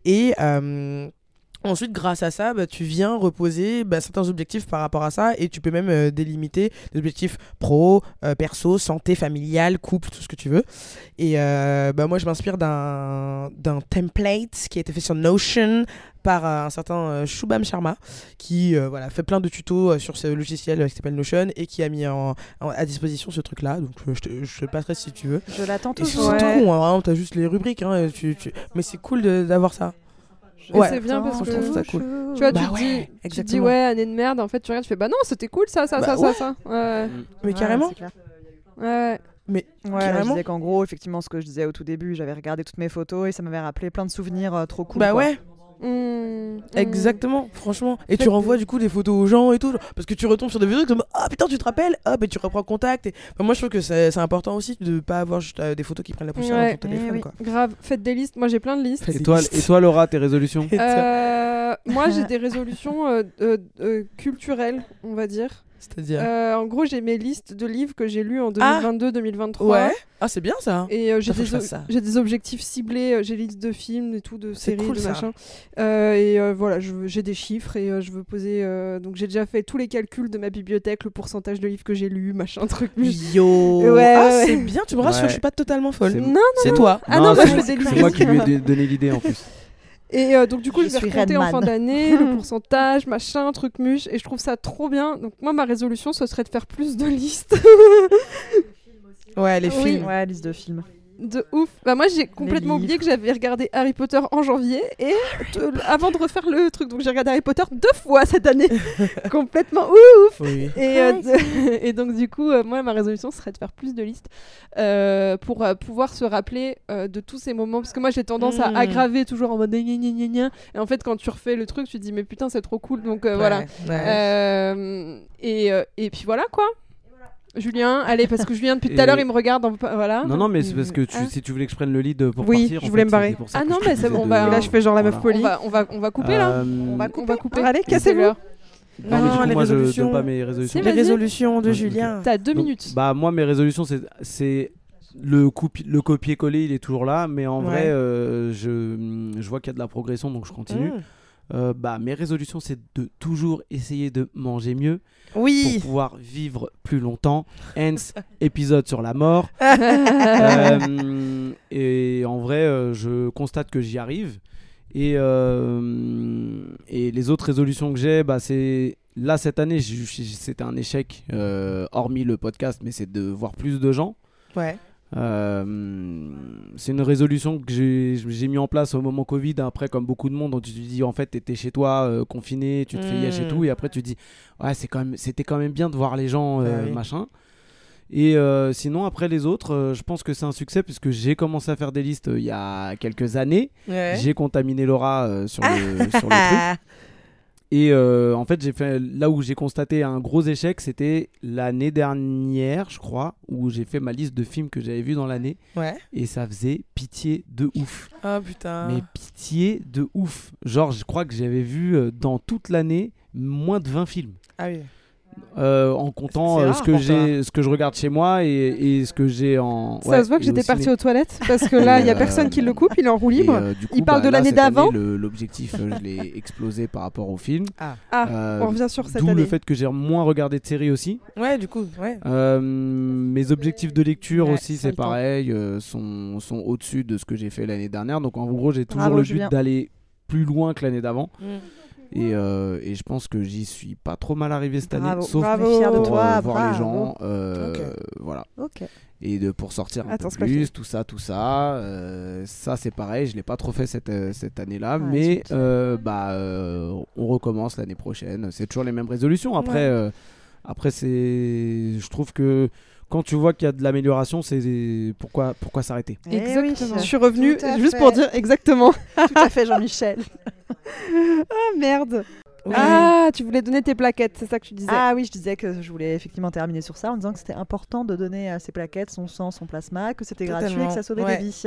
D: Et. euh, Ensuite, grâce à ça, bah, tu viens reposer bah, certains objectifs par rapport à ça et tu peux même euh, délimiter des objectifs pro, euh, perso, santé, familiale, couple, tout ce que tu veux. Et euh, bah, moi, je m'inspire d'un d'un template qui a été fait sur Notion par euh, un certain euh, Shubham Sharma qui euh, voilà, fait plein de tutos euh, sur ce logiciel euh, qui s'appelle Notion et qui a mis en- en- à disposition ce truc-là. Donc, euh, je, te, je te passerai si tu veux.
A: Je l'attends
D: Et c'est
A: toujours.
D: tout
B: Ouais.
D: con, hein, vraiment, t'as juste les rubriques. hein, et tu- tu- Mais c'est cool de- d'avoir ça.
B: Et
D: Ouais.
B: C'est bien parce que
D: Attends, je trouve ça cool.
B: tu vois, tu,
D: Bah
B: te
D: ouais,
B: dis, tu te dis
D: exactement.
B: ouais, année de merde. En fait, tu regardes, tu fais bah non, c'était cool ça, ça,
D: Bah
B: ça,
D: ouais.
B: ça, ça. Ouais,
D: Mais carrément.
B: ouais, ouais.
A: Ouais, là, je
D: Carrément.
A: disais qu'en gros, effectivement, ce que je disais au tout début, j'avais regardé toutes mes photos et ça m'avait rappelé plein de souvenirs euh, trop cool.
D: bah
A: quoi.
D: ouais.
B: Mm, mm.
D: Exactement, franchement. Et tu
B: fait,
D: renvoies du coup des photos aux gens et tout. genre, Parce que tu retombes sur des vidéos comme Ah putain, tu te rappelles Hop, et tu reprends contact. Et... Enfin, moi, je trouve que c'est c'est important aussi de pas avoir juste, euh, des photos qui prennent la poussière
B: Ouais.
D: dans ton téléphone.
A: Eh oui.
D: Quoi.
B: Grave, faites des listes. Moi, j'ai plein de listes.
D: Fais des
E: Et toi,
D: listes.
E: et toi, Laura, tes résolutions
D: *laughs* Et toi,
B: Euh, moi,
D: *laughs*
B: j'ai des résolutions euh, euh, euh, culturelles, on va dire.
D: C'est-à-dire.
B: Euh, en gros, j'ai mes listes de livres que j'ai lus en
D: Ah.
B: 2022-2023.
D: Ouais. Ah, c'est bien ça.
B: Et euh, j'ai
D: Ça, faut que
B: des,
D: je fasse
B: ob-
D: ça.
B: j'ai des objectifs ciblés, euh, j'ai des listes de films et tout, de
D: C'est
B: séries,
D: cool,
B: de
D: ça.
B: machin. Euh, et euh, voilà, je veux- j'ai des chiffres et euh, je veux poser. euh, donc j'ai déjà fait tous les calculs de ma bibliothèque, le pourcentage de livres que j'ai lus, machin, *laughs* truc.
D: Yo.
B: Ouais,
D: ah,
B: ouais,
D: c'est bien, tu me rassures,
E: Ouais.
D: je suis pas totalement folle. Mmh.
E: C'est-
B: Non,
D: C'est toi.
B: Ah non, moi,
E: c'est-
B: je fais des
E: C'est
B: listes.
E: moi qui lui ai dé- donné l'idée en plus.
B: Et euh, donc du coup,
A: Je
B: je, vais
A: suis
B: raconter en
A: Redman.
B: fin
A: *laughs*
B: d'année le pourcentage, machin, truc muche, et je trouve ça trop bien. Donc moi, ma résolution, ce serait de faire plus de listes *laughs*
D: Ouais, les
B: Oui.
D: films.
A: Ouais, liste de films.
B: de ouf. Bah moi, j'ai complètement
A: livres.
B: oublié que j'avais regardé Harry Potter en janvier et euh, avant de refaire le truc, donc j'ai regardé Harry Potter deux fois
A: *laughs*
B: cette année, complètement ouf.
D: Oui.
B: Et, euh, de- *laughs* et donc du coup, euh, moi, ma résolution serait de faire plus de listes euh, pour euh, pouvoir se rappeler euh, de tous ces moments. Parce que moi, j'ai tendance à
A: Hmm.
D: Mm.
B: aggraver toujours en mode gna gna gna gna. Et en fait, quand tu refais le truc, tu te dis mais putain, c'est trop cool. Donc euh, voilà.
D: Ouais, ouais.
B: Euh, et, euh, et puis voilà quoi. Julien, allez, parce que Julien, depuis tout à
E: Et-
B: l'heure, il me regarde. en- Voilà.
E: Non, non, mais c'est parce que tu-
B: Ah.
E: si tu voulais que je prenne le lead pour
H: Oui,
E: partir. en
H: je voulais
E: fait,
H: me barrer.
E: c'était pour ça
B: Ah
E: que
B: non,
E: je te
B: mais c'est
E: disais
B: bon,
E: de-
B: bah,
H: Là, je fais genre la meuf
E: Voilà.
B: On
H: polie.
B: va, on va, on va couper là.
E: Euh,
B: On va,
E: Non,
B: cou- on va couper.
H: Allez,
B: C'est
H: cassez-vous.
B: l'heure.
E: mais du
D: Non,
E: coup,
D: les
E: moi, je
D: résolutions.
E: donne pas mes résolutions.
B: vas-y.
D: Les résolutions de
E: Ok.
D: Julien.
B: T'as deux
E: Donc,
B: minutes.
E: Bah moi mes résolutions c'est c'est le, coupi- le copier-coller il est toujours là mais en
D: Ouais.
E: vrai euh, je, je vois qu'il y a de la progression donc je continue.
D: Mm.
E: Euh, bah mes résolutions c'est de toujours essayer de manger mieux pour
D: Oui.
E: pouvoir vivre plus longtemps. Hence épisode sur la mort. Euh, et en vrai euh, je constate que j'y arrive et euh, et les autres résolutions que j'ai bah c'est Là, cette année, j'ai- j'ai- c'était un échec, euh, hormis le podcast, mais c'est de voir plus de gens.
D: Ouais.
E: Euh, c'est une résolution que j'ai- j'ai mis en place au moment Covid. hein, Après, comme beaucoup de monde, on- tu te dis en fait, t'étais chez toi, euh, confiné, tu te fais
D: Mm.
E: yesh et tout. Et après, tu te dis, ouais, c'est quand même- c'était quand même bien de voir les gens, euh,
D: Bah oui.
E: machin. Et euh, sinon, après les autres, euh, je pense que c'est un succès puisque j'ai commencé à faire des listes euh, il y a quelques années.
D: Ouais.
E: J'ai contaminé Laura euh, sur, le, sur le truc. Et euh, en fait, j'ai fait là où j'ai constaté un gros échec, c'était l'année dernière, je crois, où j'ai fait ma liste de films que j'avais vus dans l'année
D: Ouais.
E: et ça faisait pitié de ouf.
D: Ah putain.
E: Mais pitié de ouf. Genre, je crois que j'avais vu euh, dans toute l'année moins de 20 films.
D: Ah oui.
E: Euh, en comptant
D: C'est
E: euh,
D: rare
E: ce que
D: pour toi.
E: j'ai ce que je regarde chez moi et, et ce que j'ai en
B: Ça
E: ouais,
B: se voit que
E: et
B: j'étais
E: au ciné.
B: partie aux *laughs* toilettes parce que là, il y a
E: Euh,
B: personne qui le coupe, il est en roue
E: Et,
B: libre.
E: euh, du coup,
B: Il parle
E: bah,
B: de
E: là,
B: l'année
E: cette année,
B: d'avant.
E: le- L'objectif, euh, je l'ai explosé par rapport au film.
B: Ah,
E: Euh,
B: on revient sur cette
E: D'où
B: année.
E: le fait que j'ai moins regardé de séries aussi.
D: Ouais, du coup, ouais.
E: Euh, mes objectifs de lecture
D: Ouais,
E: aussi,
D: ça,
E: c'est
D: le temps.
E: pareil, euh, sont, sont au-dessus de ce que j'ai fait l'année dernière. Donc en gros, j'ai toujours
A: Bravo,
E: le but
A: Julien.
E: d'aller plus loin que l'année d'avant.
D: Mm.
E: Et, euh, et je pense que j'y suis pas trop mal arrivé cette année,
A: Bravo.
E: sauf
A: Bravo.
E: pour
A: On est fiers de
E: euh,
A: toi,
E: voir les
A: bravo.
E: gens, euh, voilà,
A: Ok.
E: et de pour sortir un
B: Attends, c'est
E: peu
B: pas fini.
E: plus, tout ça, tout ça. euh, ça c'est pareil, je l'ai pas trop fait cette, euh, cette année-là,
A: Ouais,
E: mais
A: zut.
E: euh, bah euh, on recommence l'année prochaine. C'est toujours les mêmes résolutions. Après, euh, après c'est, je trouve que quand tu vois qu'il y a de l'amélioration, c'est pourquoi pourquoi s'arrêter.
A: Eh oui,
B: Exactement.
A: je
B: Je suis revenue
A: Tout à
B: juste
A: fait.
B: pour dire exactement.
A: Tout à fait,
D: *laughs*
A: Jean-Michel.
B: *laughs* Ah merde.
D: Oui.
B: Ah, tu voulais donner tes plaquettes, c'est ça que tu disais.
A: Ah oui, je disais que je voulais effectivement terminer sur ça en disant que c'était important de donner à ses plaquettes son sang, son plasma, que c'était gratuit et
D: Totalement,
A: que ça sauvait
D: ouais.
A: des vies.
D: Je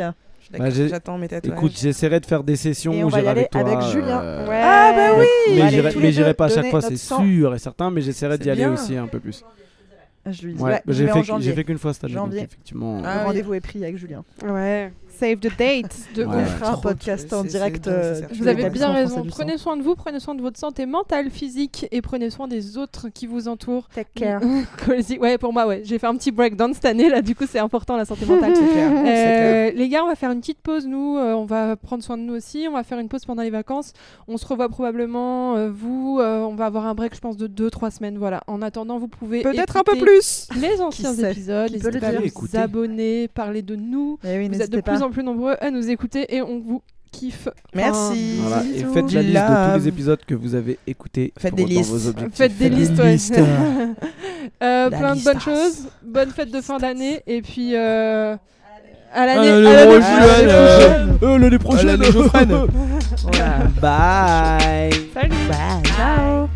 D: suis d'accord,
E: Bah, j'ai-
D: J'attends mes tatouages.
E: Écoute, j'essaierai de faire des sessions.
A: Et on va y
E: j'irai
A: aller
E: avec, toi,
A: avec Julien.
E: euh,
B: Ouais. Ah bah oui.
A: On va
E: Mais
A: aller
E: j'irai-
A: tous
E: mais
A: les
E: j'irai
A: deux
E: pas à chaque
A: donner
E: fois,
A: notre
E: c'est
A: sang.
E: sûr et certain, mais j'essaierai
D: C'est
E: d'y aller
D: bien.
E: aussi un peu plus.
A: Je lui dis,
E: Ouais, bah,
A: ouais,
E: j'ai
A: mais en
E: fait,
A: janvier.
E: j'ai fait qu'une fois cette année, donc
A: Janvier.
E: effectivement. euh,
D: Ah
A: Le
D: oui.
A: rendez-vous est pris avec Julien.
B: Ouais. Save the date. De
E: Ouais.
A: On
B: ouf.
A: fera un
D: Trop,
A: podcast
D: c'est-
A: en
D: c'est
A: direct.
D: dingue,
A: euh,
D: c'est
A: tous
D: certain.
A: les
B: Vous avez
A: quatre
B: bien
A: cents
B: raison.
A: Français du
B: Prenez soin de vous, prenez soin de votre santé mentale, physique et prenez soin des autres qui vous entourent.
A: *laughs* sang. Take care.
B: Cozy. ouais, pour moi, ouais. J'ai fait un petit breakdown cette année, là, du coup, c'est important
A: *laughs*
B: la santé mentale.
D: C'est clair,
B: Euh,
D: c'est clair.
B: les gars, on va faire une petite pause, nous. euh, on va prendre soin de nous aussi. On va faire une pause pendant les vacances. On se revoit probablement, euh, vous. euh, on va avoir un break, je pense, de 2-3 semaines. Voilà. En attendant, vous pouvez.
H: Peut-être un peu
B: écouter
H: plus.
B: Les anciens
A: sait
B: épisodes,
A: Qui peut
B: n'hésitez
A: le
B: pas à
A: dire
B: vous
E: Écoutez.
B: abonner, parler de nous.
A: Eh oui,
B: Vous êtes de
A: n'hésitez pas.
B: plus en plus nombreux à nous écouter et on vous kiffe.
D: Merci.
E: Voilà, et
D: Bisous.
E: faites la liste de tous
D: Love.
E: les épisodes que vous avez écoutés
D: Faites
E: pour-
D: des
E: dans
D: listes.
E: vos objectifs.
B: Faites des listes,
D: des
B: ouais.
D: listes.
B: *laughs* Euh,
D: La
B: plein de
D: liste.
B: bonnes choses. Bonne fête de fin d'année et puis euh, à
E: À
B: l'année.
E: l'année
B: à l'année
E: prochaine,
B: prochaine. Ah,
E: euh,
D: *laughs*
E: euh,
B: *laughs*
E: l'année prochaine,
G: l'année prochaine.
E: Bye.
B: Salut.
D: Bye.
A: Ciao. Oh,